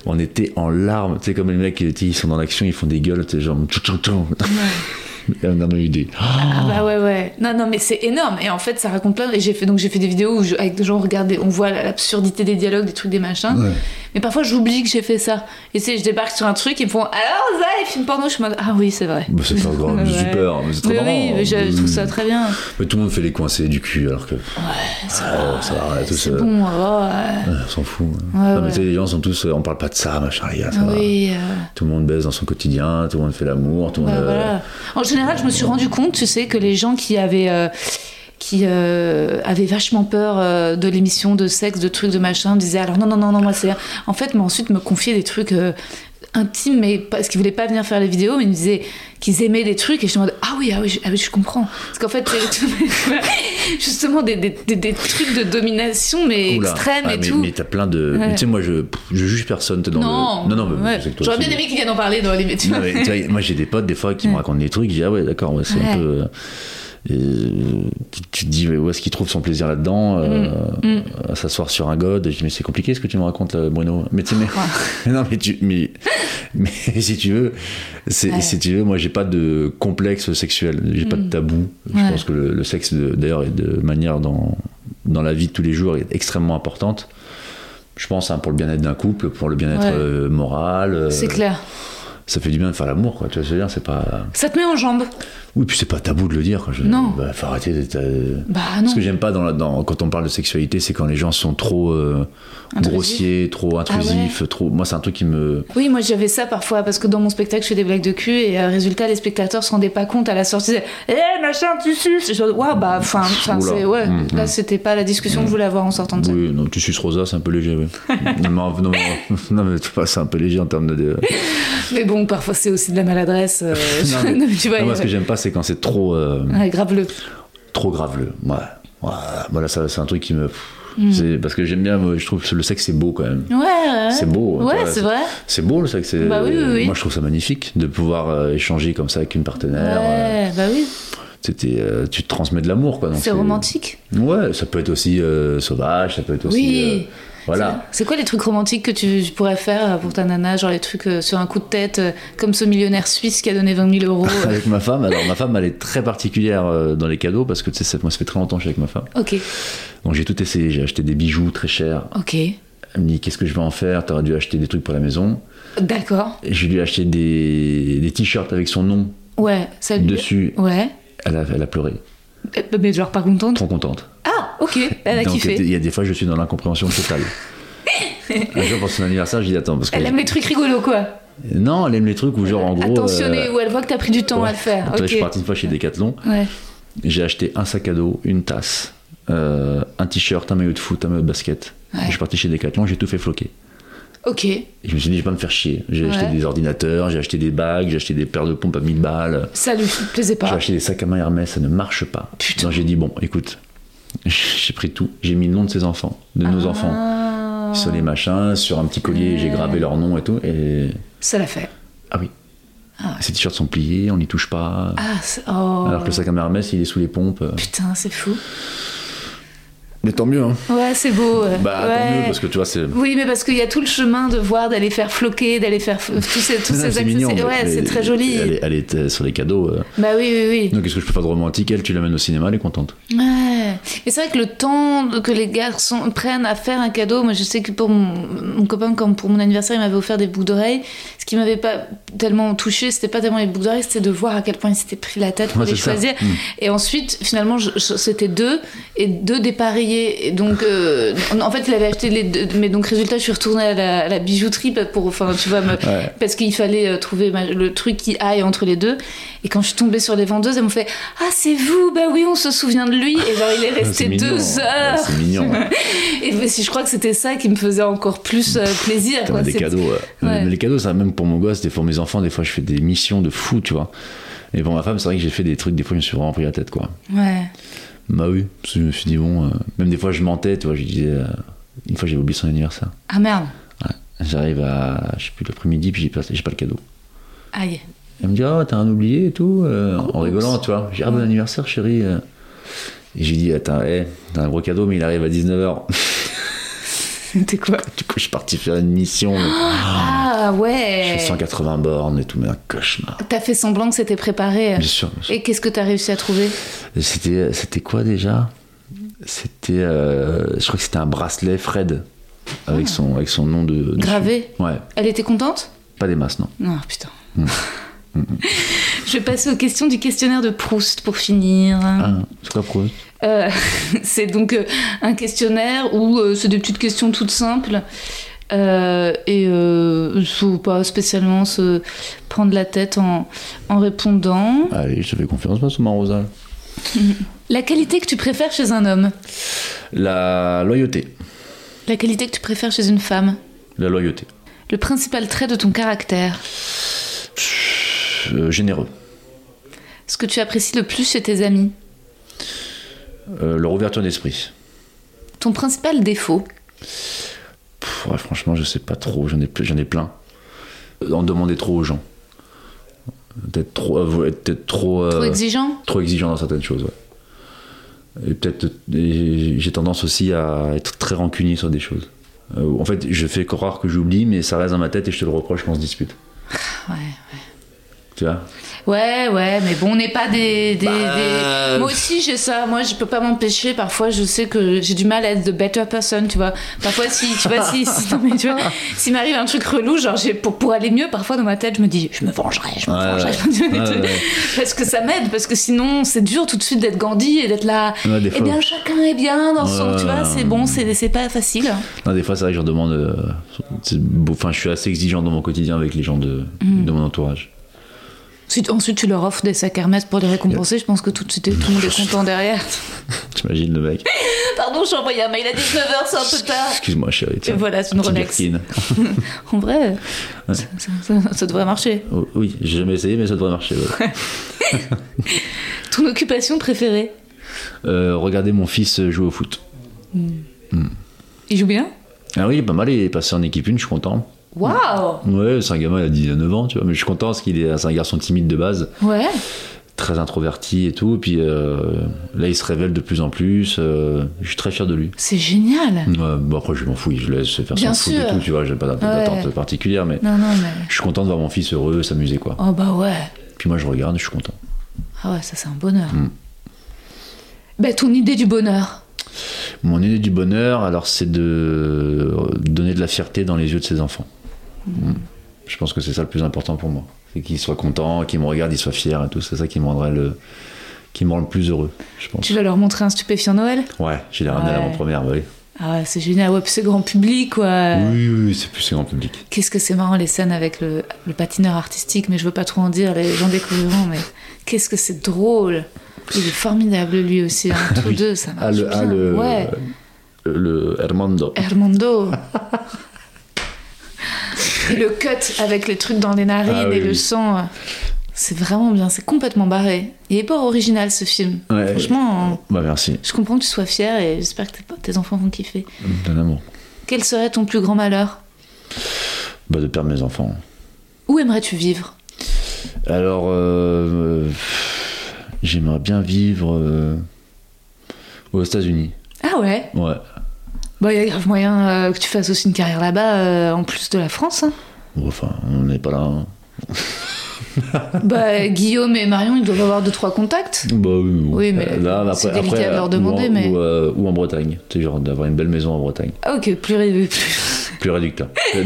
on était en larmes. Tu sais, comme les mecs, tu sais, ils sont dans l'action, ils font des gueules, tu sais, genre. tchou, tchou, tchou. [LAUGHS] Et on en a eu des.
Ah bah ouais ouais. Non non mais c'est énorme et en fait ça raconte plein et j'ai fait donc j'ai fait des vidéos où je- avec des gens on regarde des- on voit l'absurdité des dialogues des trucs des machins. Mais parfois j'oublie que j'ai fait ça. Et c'est je débarque sur un truc ils me font alors ça les films porno je suis en mode ah oui c'est vrai.
Bah, c'est pas grave,
Ouais.
super, mais c'est trop
Mais oui
marrant. hein.
mais je trouve ça très bien.
Mais tout le monde fait les coincés du cul, alors que. Ouais, ça, va, ça va, tous,
C'est
euh,
bon. oh, ouais.
On s'en fout. hein.
Ouais,
Non, mais
ouais.
tu sais, les gens sont tous. euh, on parle pas de ça, machin, les gars, ça va.
Oui. euh,
Tout le monde baise dans son quotidien, tout le monde fait l'amour, tout le
Ouais,
monde. euh,
Ah, voilà. En général, je me suis rendu compte, tu sais, que les gens qui avaient euh, qui euh, avaient vachement peur euh, de l'émission de sexe, de trucs, de machin, me disaient alors non, non, non, non, moi c'est. En fait, mais ensuite me confier des trucs euh, intimes, mais parce qu'ils voulaient pas venir faire les vidéos, mais ils me disaient qu'ils aimaient les trucs, et je suis en mode ah oui, ah oui, je, ah oui, je comprends. Parce qu'en fait, c'est [LAUGHS] justement des, des, des- des trucs de domination, mais
oula.
extrêmes
Ah,
et
mais,
tout.
mais t'as plein de.
Ouais.
mais Tu sais, moi, je, je juge personne. T'es dans
non,
le. Non, non, mais
ouais.
je sais que toi
j'aurais
aussi,
bien
mais-
aimé qu'ils viennent en parler dans les métiers.
Non, mais tu
[LAUGHS]
vois, moi j'ai des potes des fois qui me racontent des trucs, je dis ah ouais d'accord, ouais, c'est
Ouais.
un peu... euh, euh, tu- tu te dis mais où est-ce qu'il trouve son plaisir là-dedans euh,
Mm.
à s'asseoir sur un god je dis mais c'est compliqué ce que tu me racontes là, Bruno mais tu sais mais, [LAUGHS] non mais tu mais, mais [LAUGHS] si tu veux c'est- si tu veux moi j'ai pas de complexe sexuel j'ai pas de tabou
Mm. Ouais.
je pense que le, le sexe de- d'ailleurs et de manière dans dans la vie de tous les jours est extrêmement importante je pense hein, pour le bien-être d'un couple pour le bien-être
Ouais.
euh, moral euh,
C'est clair.
ça fait du bien de faire l'amour, quoi. Tu vois ce que je veux dire C'est pas.
Ça te met en jambe.
Oui, puis c'est pas tabou de le dire. Quoi. Je-
Non.
Bah, faut arrêter d'être. euh,
Bah non.
Ce que j'aime pas dans, la- dans- quand on parle de sexualité, c'est quand les gens sont trop euh, grossiers, trop
Ah
intrusifs, trop. Moi, c'est un truc qui me.
Oui, moi j'avais ça parfois parce que dans mon spectacle je fais des blagues de cul et euh, résultat les spectateurs se rendaient pas compte à la sortie. Ils disaient, Eh machin, tu suces. Genre waouh bah enfin enfin,
Oula.
c'est ouais.
Mm,
Là
mm.
c'était pas la discussion que je voulais avoir en sortant de ça.
Oui, non, tu suces Rosa, c'est un
[LAUGHS]
peu léger. ouais. non, mais, non, mais- non, mais tu vois, c'est un peu léger en termes de. de-
Mais bon parfois c'est aussi de la maladresse.
[LAUGHS]
euh,
Non,
[LAUGHS] [LAUGHS]
mais-
non, mais tu vois.
Non, moi, ce que
ouais.
j'aime pas, c'est quand c'est trop, euh,
Ouais, grave le.
trop graveleux. Ouais. Ouais. Voilà, ça, c'est un truc qui me.
Mm.
c'est- Parce que j'aime bien, moi, je trouve que le sexe, c'est beau quand même.
Ouais. ouais.
C'est beau, tu
Ouais,
vois,
c'est
c'est-
vrai.
C'est beau le sexe. c'est-
Bah oui, oui, oui.
Moi je trouve ça magnifique de pouvoir euh, échanger comme ça avec une partenaire. euh,
Ouais, bah oui.
c'était, euh, tu te transmets de l'amour quoi. donc
C'est romantique.
Ouais, ça peut être aussi euh, sauvage, ça peut être aussi.
Oui.
euh, voilà.
C'est quoi les trucs romantiques que tu tu pourrais faire euh, pour ta nana, genre les trucs euh, sur un coup de tête, euh, comme ce millionnaire suisse qui a donné 20 000 euros.
[LAUGHS]
euh.
Avec ma femme, alors ma femme elle est très particulière euh, dans les cadeaux parce que tu sais, ça- moi ça fait très longtemps que je suis avec ma femme.
ok,
Donc j'ai tout essayé, j'ai acheté des bijoux très chers.
ok,
Elle me dit qu'est-ce que je vais en faire T'aurais dû acheter des trucs pour la maison.
d'accord.
Et je lui ai acheté des, des t-shirts avec son nom
Ouais, ça lui-
dessus.
Ouais.
Elle a, elle a pleuré,
Euh, Mais genre pas contente.
trop contente.
Ah, ok, elle a
Donc,
kiffé.
Il y a des fois, je suis dans
[LAUGHS]
l'incompréhension totale. un jour, pour son anniversaire, je dis attends. Parce que Euh,
Elle aime les trucs rigolos, quoi.
Non, elle aime les trucs où, genre, en gros.
Attentionné,
euh,
ou elle voit que t'as pris du temps à le faire.
Toi,
ok.
je suis parti une fois chez Decathlon.
Ouais.
J'ai acheté un sac à dos, une tasse, euh, un t-shirt, un maillot de foot, un maillot de basket.
Ouais.
Je suis parti chez Decathlon, j'ai tout fait floquer.
Ok.
Et je me suis dit, je vais pas me faire chier. J'ai acheté
Ouais.
des ordinateurs, j'ai acheté des bagues, j'ai acheté des paires de pompes à 1000 balles.
Ça lui plaisait
J'ai
pas.
acheté des sacs à main Hermès, ça ne marche pas.
Putain.
Donc j'ai dit, bon, écoute, [LAUGHS] j'ai pris tout. J'ai mis le nom de ses enfants, de nos enfants.
Ah,
sur les machins, sur un petit collier, j'ai gravé leur nom et tout. Et
ça l'a fait.
ah oui, ces t-shirts sont pliés, on n'y touche pas.
Ah, c'est- oh.
Alors que le sac à main Hermès, il est sous les pompes.
Putain, c'est fou.
Mais tant mieux. Hein.
Ouais, c'est beau. ouais.
Bah tant
Ouais.
mieux parce que tu vois, c'est.
Oui, mais parce qu'il y a tout le chemin de voir, d'aller faire floquer, d'aller faire f- tous ces, tous ces
Non, c'est
accessoires.
mignon, mais-
Ouais,
mais
c'est très joli.
Elle est, elle est, euh, sur les cadeaux. euh.
Bah oui, oui, oui.
Donc, qu'est-ce que je peux faire de romantique Elle, tu l'amènes au cinéma, elle est contente.
Ouais. Ouais. Et c'est vrai que le temps que les garçons prennent à faire un cadeau, moi je sais que pour mon, mon copain, comme pour mon anniversaire, il m'avait offert des boucles d'oreilles. Ce qui m'avait pas tellement touché, c'était pas tellement les boucles d'oreilles, c'était de voir à quel point il s'était pris la tête pour
Ouais,
les
c'est ça.
choisir. [LAUGHS] Et ensuite, finalement, je- je- c'était deux et deux dépareillés. Et donc, euh, en fait, il avait acheté les deux. Mais donc, résultat, je suis retournée à la, à la bijouterie bah, pour, enfin, tu vois, me-
[LAUGHS] Ouais.
parce qu'il fallait euh, trouver ma- le truc qui aille entre les deux. Et quand je suis tombée sur les vendeuses, elles m'ont fait Ah, c'est vous Bah oui, on se souvient de lui. Et genre, il est resté
Ah, C'est mignon.
deux
Ouais,
heures.
c'est mignon. ouais.
[LAUGHS] Et bah, si je crois que c'était ça qui me faisait encore plus euh, plaisir.
Putain,
quoi.
des
C'est-
cadeaux. ouais.
Ouais.
Mais Les cadeaux, ça, même pour mon gosse, des fois, mes enfants, des fois, je fais des missions de fou, tu vois. Et pour ma femme, c'est vrai que j'ai fait des trucs, des fois, je me suis vraiment pris la tête, quoi.
Ouais.
Bah oui, parce que je me suis dit, bon, euh, même des fois, je mentais, tu vois, je disais, euh, une fois, j'avais oublié son anniversaire.
Ah merde.
J'arrive à, je sais plus, l'après-midi, puis j'ai pas, j'ai pas le cadeau.
Aïe. [LAUGHS]
Elle me dit, ah, t'as un oublié et tout, euh, en rigolant, tu vois. J'ai dit, ah, bon anniversaire, chérie. euh. Et j'ai dit, attends, hé, t'as un gros cadeau, mais il arrive à 19h.
C'était quoi
[LAUGHS] du coup, je suis parti faire une mission. mais-
Ah
Je
ouais.
fais 180 bornes et tout, mais un cauchemar.
T'as fait semblant que c'était préparé.
Bien sûr. bien sûr.
Et qu'est-ce que t'as réussi à trouver
C'était, euh, c'était quoi déjà C'était, euh, je crois que c'était un bracelet Fred avec son, avec son nom de dessus.
Ah. Gravé
Ouais,
Elle était contente
pas des masses non.
Non, putain.
Hmm.
[LAUGHS] Je vais passer aux questions du questionnaire de Proust pour finir.
Ah, c'est quoi pour eux
Euh, [LAUGHS] c'est donc euh, un questionnaire où euh, c'est des petites questions toutes simples. Euh, et euh, faut pas spécialement se prendre la tête en, en répondant.
Allez, je te fais confiance, moi, Thomas Rosal.
La qualité que tu préfères chez un homme
La loyauté,
La qualité que tu préfères chez une femme
la loyauté.
Le principal trait de ton caractère
Euh, généreux,
Ce que tu apprécies le plus chez tes amis
Euh, leur ouverture d'esprit.
Ton principal défaut
Pff, ouais, franchement, je sais pas trop, j'en ai, ple- j'en ai plein. Euh, En demander trop aux gens. D'être trop, euh, être trop, euh,
Trop exigeant
trop exigeant dans certaines choses. ouais. Et peut-être et j'ai tendance aussi à être très rancunier sur des choses. Euh, en fait, je fais croire que j'oublie, mais ça reste dans ma tête et je te le reproche quand on se dispute.
Ah, Ouais.
Tu vois
Ouais, ouais, mais bon, on n'est pas des. des-
Bah,
des- Moi aussi, j'ai ça. Moi, je peux pas m'empêcher. Parfois, je sais que j'ai du mal à être the better person, tu vois. Parfois, si, tu vois, si, si- non, mais tu vois, s'il m'arrive un truc relou, genre, j'ai- pour, pour aller mieux, parfois, dans ma tête, je me dis, je me vengerai, je me
Ouais,
vengerai.
ouais.
je me dis des [LAUGHS]
Ouais,
trucs.
ouais.
Parce que ça m'aide, parce que sinon, c'est dur tout de suite d'être Gandhi et d'être là.
Ouais, des
eh
fois.
bien, chacun est bien dans son.
Ouais,
Tu vois,
ouais,
c'est
ouais.
bon, c'est c'est pas facile.
Non, des fois, c'est vrai que je leur demande. euh, c'est beau- Enfin, je suis assez exigeant dans mon quotidien avec les gens de,
Mhm.
de mon entourage.
Ensuite, ensuite, tu leur offres des sacs Hermès pour les récompenser. Je pense que tout de suite, tout le monde est content derrière.
T'imagines le mec
Pardon, j'ai envoyé un mail à 19h, c'est un peu tard.
Excuse-moi, chérie. tiens,
voilà, c'est une
un petit
Rolex.
Birkin.
En vrai, ça, ça- ça- ça devrait marcher.
Oh, oui, j'ai jamais essayé, mais ça devrait marcher.
[LAUGHS]
ouais.
Ton occupation préférée
Euh, regardez mon fils jouer au foot.
Il joue bien
Ah oui, il est pas mal, il est passé en équipe une, je suis content.
Waouh
Ouais, c'est un gamin, il a 19 ans, tu vois, mais je suis content parce qu'il est, c'est un garçon timide de base,
Ouais.
très introverti et tout, et puis euh, là, il se révèle de plus en plus, euh, je suis très fier de lui.
C'est génial.
Ouais, bon, après, je m'en fous, je le laisse faire
Bien
son foot et
sûr.
tout, tu vois, j'ai pas d'att-
Ouais.
d'attente particulière, mais
Non, non, mais.
je suis content de voir mon fils heureux, s'amuser, quoi.
Oh bah ouais.
Puis moi, je regarde, je suis content.
Ah ouais, ça c'est un bonheur. Bah, ton idée du bonheur.
Mon idée du bonheur, alors, c'est de euh, donner de la fierté dans les yeux de ses enfants. Mm. Je pense que c'est ça le plus important pour moi. C'est qu'ils soient contents, qu'ils me regardent, ils soient fiers et tout, c'est ça qui me rendrait le. qui me rend le plus heureux, je pense.
Tu vas leur montrer un stupéfiant Noël
Ouais, je l'ai ramené à
Ouais.
l'avant-première, bah oui.
Ah ouais, c'est génial. Ouais, puis c'est grand public, quoi.
Oui, oui, oui, c'est plus grand public.
Qu'est-ce que c'est marrant les scènes avec le, le patineur artistique, mais je veux pas trop en dire, les gens découvriront, mais qu'est-ce que c'est drôle. Il est formidable lui
[LAUGHS]
aussi, hein. tous deux, ça
Ah,
marche
le,
bien.
ah, le,
Ouais.
le, Hermando. [LAUGHS]
Hermondo. et le cut avec les trucs dans les narines
Ah oui,
et le
oui.
sang. euh, C'est vraiment bien, c'est complètement barré. Il est pas original ce film.
Ouais.
Franchement, euh,
Bah merci,
je comprends que tu sois fier et j'espère que tes, tes enfants vont kiffer.
d'un amour.
Quel serait ton plus grand malheur
Bah de perdre mes enfants.
Où aimerais-tu vivre
Alors, euh, euh, j'aimerais bien vivre euh, aux États-Unis.
Ah ouais
Ouais.
Bah, il y a grave moyen euh, que tu fasses [LAUGHS] aussi une carrière là-bas, euh, en plus de la France. hein.
Bon, Enfin, on n'est pas là. hein.
Bah, Guillaume et Marion, ils doivent avoir deux trois contacts.
Bah oui, oui.
Oui, mais
Là,
c'est délicat de leur
euh,
demander,
ou en,
mais-
ou, euh, ou en Bretagne, tu sais, genre d'avoir une belle maison en
[LAUGHS]
Bretagne,
Ah, ok, plus, ré- plus-
plus réducteur.
[LAUGHS]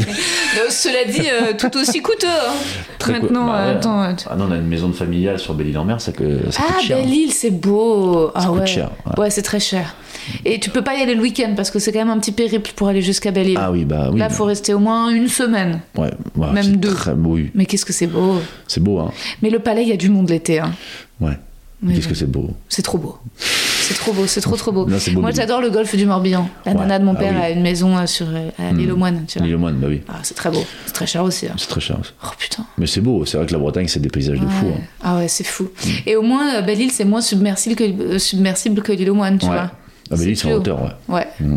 Euh, Cela dit, euh, tout aussi coûteux. hein. Maintenant,
Bah
euh,
ouais.
attends. euh, tu-
Ah non, on a une maison de familiale sur Belle-Île-en-Mer, ça, que, ça
Ah,
coûte cher. hein.
Belle-Île, c'est beau. Ah
coûte
ouais.
cher,
ouais,
ouais.
c'est très cher. Et tu peux pas y aller le week-end parce que c'est quand même un petit périple pour aller jusqu'à Belle-Île.
Ah oui, bah oui.
Là,
bah,
faut rester au moins une semaine.
ouais, ouais,
même
c'est
deux.
très- oui,
Mais qu'est-ce que c'est beau.
c'est beau, hein.
Mais le palais, il y a du monde l'été. hein.
Ouais.
Oui,
Qu'est-ce
oui.
que c'est beau.
C'est trop beau. C'est trop beau, c'est trop trop beau.
Non, c'est beau,
Moi,
Belle-Île.
j'adore le golfe du Morbihan. La
Ouais,
nana de mon
ah
père
oui. Hmm.
a une maison euh, sur euh, à l'île aux moines, tu vois.
L'île aux moines, bah oui.
Ah, c'est très beau. C'est très cher aussi. hein.
C'est très cher.
Oh putain.
Mais c'est beau, c'est vrai que la Bretagne, c'est des paysages de fou.
Ouais.
hein. Hmm.
Ah ouais, c'est fou. Et au moins, euh, Belle-Île, c'est moins submersible que, euh, submersible que l'île aux moines, tu
Ouais.
vois.
Ah, Belle-Île, c'est en
plus haut.
hauteur, ouais.
Ouais.
Mm.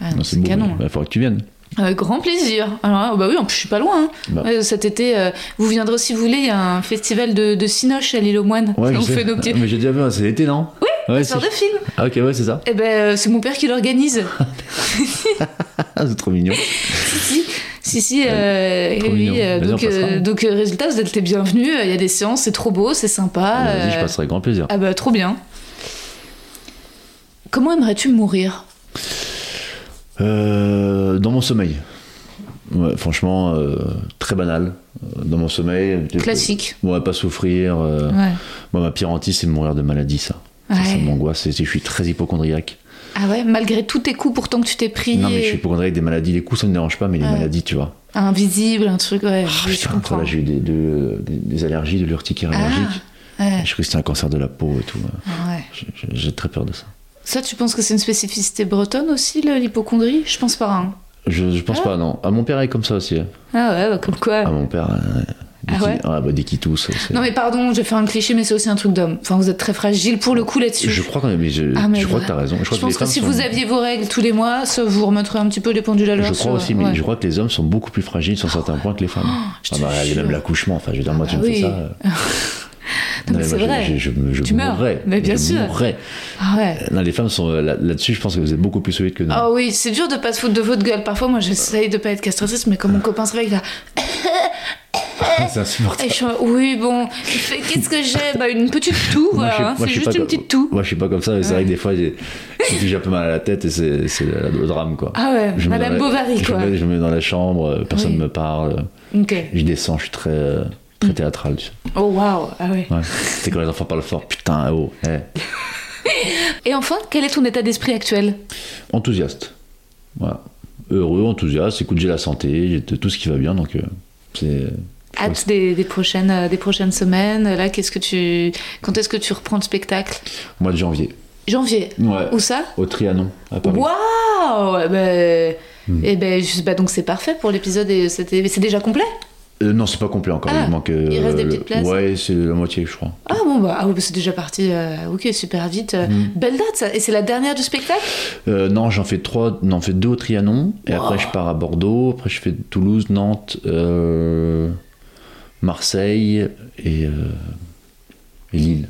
Ah,
Non,
c'est
beau,
canon.
mais- bah, Il faudra que tu viennes.
Avec grand plaisir. Alors, bah oui, en plus, je suis pas loin. hein.
Bah.
Ouais, cet été, euh, vous viendrez si vous voulez, il y a un festival de, de Cinoche à l'île aux moines.
Ouais,
Ça,
je
on
sais.
fait nos petits.
Mais j'ai déjà vu, hein, c'est l'été, non Oui, ouais,
Sort de
c'est-
film.
Ah, ok, ouais, c'est ça.
Eh ben, euh, c'est mon père qui l'organise.
Ah, c'est trop mignon.
si, si, si, euh,
trop
oui,
mignon.
euh,
Vas-y,
donc,
on passera.
euh, donc, euh, résultat, vous êtes les bienvenus. euh, Il y a des séances, c'est trop beau, c'est sympa.
Vas-y, je
euh,
passerai avec grand plaisir.
Ah bah, trop bien. Comment aimerais-tu mourir
Euh, dans mon sommeil. Ouais, franchement, euh, très banal. Euh, Dans mon sommeil. tu-
Classique.
Ouais, pas souffrir. euh,
Ouais.
Moi, ma pire hantise, c'est de mourir de maladie, ça. Ça,
Ouais.
ça m'angoisse. Et Je suis très hypochondriaque.
Ah ouais, malgré tous tes coups pourtant que tu t'es pris,
Non, mais je suis hypochondriaque des maladies. Les coups, ça ne me dérange pas, mais les
Ouais.
maladies, tu vois.
invisible, un truc, ouais, oui, je
Putain,
comprends. Ah.
là, j'ai eu des, de- des- des allergies, de l'urticaire allergique.
ouais,
Je crois que c'était un cancer de la peau et tout.
ouais.
J'ai- j'ai- J'ai très peur de ça.
Ça, tu penses que c'est une spécificité bretonne aussi, le- l'hypochondrie Je pense pas. hein.
Je, je pense pas, non. Ah, mon père est comme ça aussi. hein.
Ah ouais, bah, comme quoi.
Ah, mon père. euh, dès
Ah
qu'il-
ouais
bah, dès qu'il tousse. c'est-
Non mais pardon, je vais faire un cliché, mais c'est aussi un truc d'homme. Enfin, vous êtes très fragile pour le coup là-dessus.
Je crois, qu'on est- mais je,
Ah, mais
je crois
voilà.
que t'as raison. Je, crois
pense
les
que
femmes
si
sont-
vous aviez vos règles tous les mois, ça vous remettrez un petit peu les pendules à l'heure.
Je crois
ça,
aussi, mais
ouais. Oh.
je crois que les hommes sont beaucoup plus fragiles sur certains points que les femmes.
je
ah
te
bah, regardez
jure.
même l'accouchement. Enfin, je veux dire, moi,
Ah
tu me
bah
fais
oui.
ça. euh,
Non, mais
moi,
c'est
je-
vrai.
Je, je, je
Tu meurs.
mourrais.
Mais bien
Je
sûr.
mourrais.
Ah ouais.
Non, les femmes sont euh, là- là-dessus. je pense que vous êtes beaucoup plus solides que nous.
Ah oui, c'est dur de pas se foutre de votre gueule. Parfois, moi, j'essaye de pas être castratrice, mais quand
Ah.
mon copain se réveille, là,
c'est insupportable.
et je suis, en- oui, bon, il fait, qu'est-ce que j'ai Bah, une petite toux,
Moi,
voilà.
je suis-
hein.
moi,
c'est
je suis
juste
pas
une
comme-
petite toux.
Moi, je suis pas comme ça. mais C'est vrai que des fois, j'ai j'ai déjà un peu mal à la tête et c'est c'est le le drame, quoi.
Ah ouais,
Je me mets
Madame
dans la-
Bovary,
je
quoi.
Me mets, je me mets dans la chambre, euh, personne
Oui.
ne me parle.
Ok.
Je descends, je suis très, euh, très théâtral. tu sais.
Oh waouh, ah ouais.
Ouais. c'est quand les enfants parlent fort, putain, oh, eh.
Et enfin, quel est ton état d'esprit actuel
enthousiaste. Voilà. Heureux, enthousiaste, écoute, j'ai la santé, j'ai t- tout ce qui va bien, donc euh, c'est. je crois que
Hâte des, des prochaines, euh, des prochaines semaines. Là, qu'est-ce que tu, quand est-ce que tu reprends le spectacle
c'est Mois de janvier.
Janvier.
Ouais.
Où ça
Au Trianon, à Paris.
Waouh ben,
Hmm.
eh ben, je- bah, donc c'est parfait pour l'épisode et c'était- mais c'est déjà complet
Euh, non, c'est pas complet encore,
Ah,
il manque.
il reste des
le-
petites places.
Ouais, c'est la moitié, je crois.
Ah bon bah, ah ouais, bah, c'est déjà parti. euh, ok super vite. euh,
Hmm.
Belle date ça. Et c'est la dernière du spectacle
Euh, non, j'en fais trois, non, fais deux au Trianon, et après je pars à Bordeaux, après je fais Toulouse, Nantes, euh, Marseille et, euh, et Lille.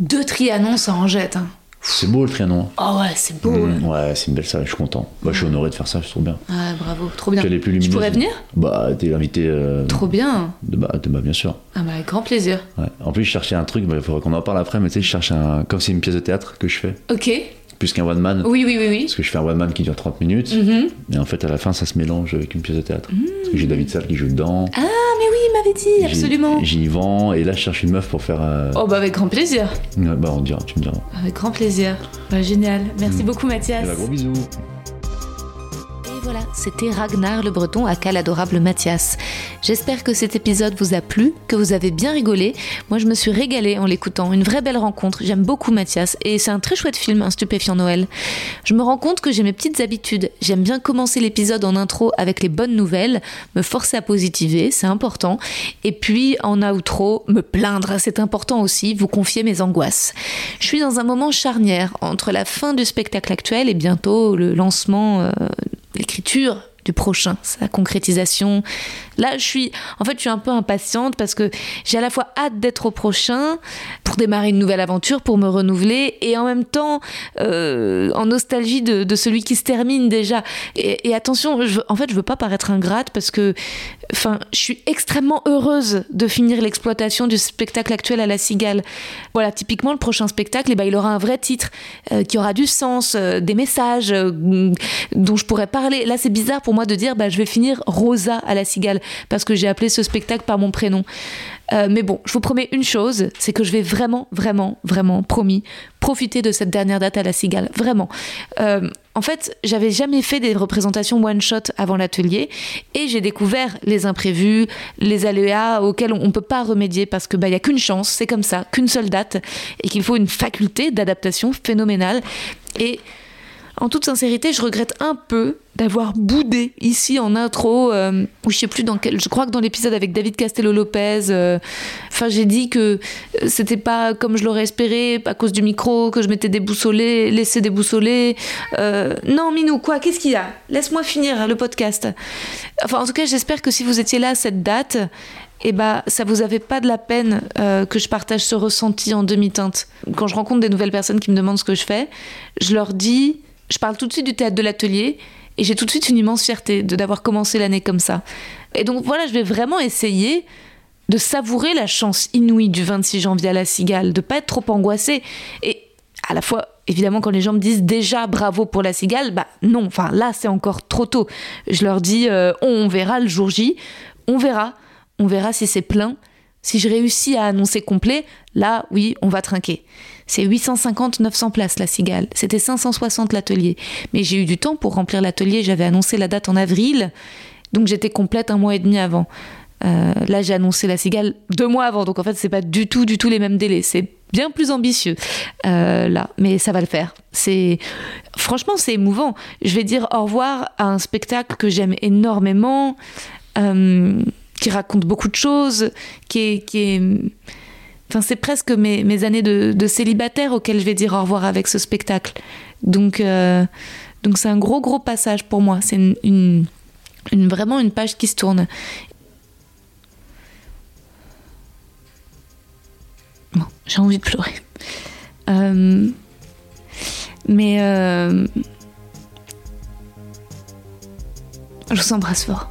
Deux trianons ça en jette. Hein.
C'est beau le Trianon.
Oh ouais c'est beau.
Mmh, ouais, c'est une belle salle, je suis content. Bah, je suis honoré de faire ça, je trouve bien.
Ouais, bravo trop bien.
Tu as les plus
Je
lumineuses.
pourrais venir
Bah, t'es l'invité. euh,
Trop bien.
de, bah, de- bah, bien sûr.
Ah bah avec grand plaisir.
Ouais. En plus, je cherchais un truc, bah, il faudra qu'on en parle après, mais tu sais, je cherche un. Comme c'est une pièce de théâtre que je fais,
Ok. Oui
plus qu'un one man.
oui oui oui.
Parce que je fais un one man qui dure 30 minutes,
Mhm.
et en fait, à la fin, ça se mélange avec une pièce de théâtre. Parce que j'ai David Salle qui joue dedans.
Ah mais oui il m'avait dit
j'ai-
absolument.
J'ai Yvan, et là, je cherche une meuf pour faire. euh,
Oh bah avec grand plaisir.
ouais, Bah, on dira, tu me diras.
Avec grand plaisir. Bah, génial. Merci beaucoup
Eh
Mathias.
bah, gros bisous.
Et voilà, c'était Ragnar le Breton à Cal adorable Mathias. J'espère que cet épisode vous a plu, que vous avez bien rigolé. Moi, je me suis régalée en l'écoutant. Une vraie belle rencontre. J'aime beaucoup Mathias et c'est un très chouette film, un stupéfiant Noël. Je me rends compte que j'ai mes petites habitudes. J'aime bien commencer l'épisode en intro avec les bonnes nouvelles, me forcer à positiver, c'est important. Et puis, en outro, me plaindre, c'est important aussi, vous confier mes angoisses. Je suis dans un moment charnière entre la fin du spectacle actuel et bientôt le lancement euh, l'écriture du prochain, sa concrétisation. Là, je suis, en fait, je suis un peu impatiente parce que j'ai à la fois hâte d'être au prochain,
pour démarrer une nouvelle aventure, pour me renouveler, et en même temps euh, en nostalgie de, de celui qui se termine déjà. Et, et attention, je, veux- en fait, je veux pas paraître ingrate parce que, enfin, je suis extrêmement heureuse de finir l'exploitation du spectacle actuel à la Cigale. Voilà, typiquement, le prochain spectacle, eh ben, il aura un vrai titre euh, qui aura du sens, euh, des messages euh, dont je pourrais parler. Là, c'est bizarre pour moi de dire, bah, je vais finir Rosa à la Cigale parce que j'ai appelé ce spectacle par mon prénom. Euh, mais bon, je vous promets une chose, c'est que je vais vraiment, vraiment, vraiment, promis, profiter de cette dernière date à la Cigale. Vraiment. Euh, en fait, j'avais jamais fait des représentations one-shot avant l'atelier et j'ai découvert les imprévus, les aléas auxquels on ne peut pas remédier parce que bah, il n'y a qu'une chance, c'est comme ça, qu'une seule date et qu'il faut une faculté d'adaptation phénoménale. Et en toute sincérité, je regrette un peu d'avoir boudé ici en intro, euh, ou je sais plus dans quel, je crois que dans l'épisode avec David Castello Lopez, euh, enfin j'ai dit que euh, c'était pas comme je l'aurais espéré à cause du micro, que je m'étais déboussolée, laissé déboussoler. Euh, non, Minou, quoi, qu'est-ce qu'il y a Laisse-moi finir hein, le podcast. Enfin, en tout cas, j'espère que si vous étiez là à cette date, et bah, ça vous avait pas de la peine euh, que je partage ce ressenti en demi-teinte. Quand je rencontre des nouvelles personnes qui me demandent ce que je fais, je leur dis, je parle tout de suite du théâtre de l'atelier et j'ai tout de suite une immense fierté de d'avoir commencé l'année comme ça. Et donc voilà, je vais vraiment essayer de savourer la chance inouïe du 26 janvier à la Cigale, de pas être trop angoissée et à la fois évidemment quand les gens me disent déjà bravo pour la Cigale, bah non, enfin là c'est encore trop tôt. Je leur dis euh, on verra le jour J, on verra, on verra si c'est plein. Si je réussis à annoncer complet, là, oui, on va trinquer. C'est 850-900 places la Cigale. C'était 560 l'atelier. Mais j'ai eu du temps pour remplir l'atelier. J'avais annoncé la date en avril. Donc j'étais complète un mois et demi avant. Euh, là, j'ai annoncé la Cigale deux mois avant. Donc en fait, c'est pas du tout, du tout les mêmes délais. C'est bien plus ambitieux euh, là, mais ça va le faire. C'est franchement, c'est émouvant. Je vais dire au revoir à un spectacle que j'aime énormément, euh, qui raconte beaucoup de choses, qui est, qui est... Enfin, c'est presque mes, mes années de, de célibataire auxquelles je vais dire au revoir avec ce spectacle. Donc, euh, donc c'est un gros gros passage pour moi. C'est une, une- une- vraiment une page qui se tourne. Bon, j'ai envie de pleurer. Euh, mais euh, je vous embrasse fort.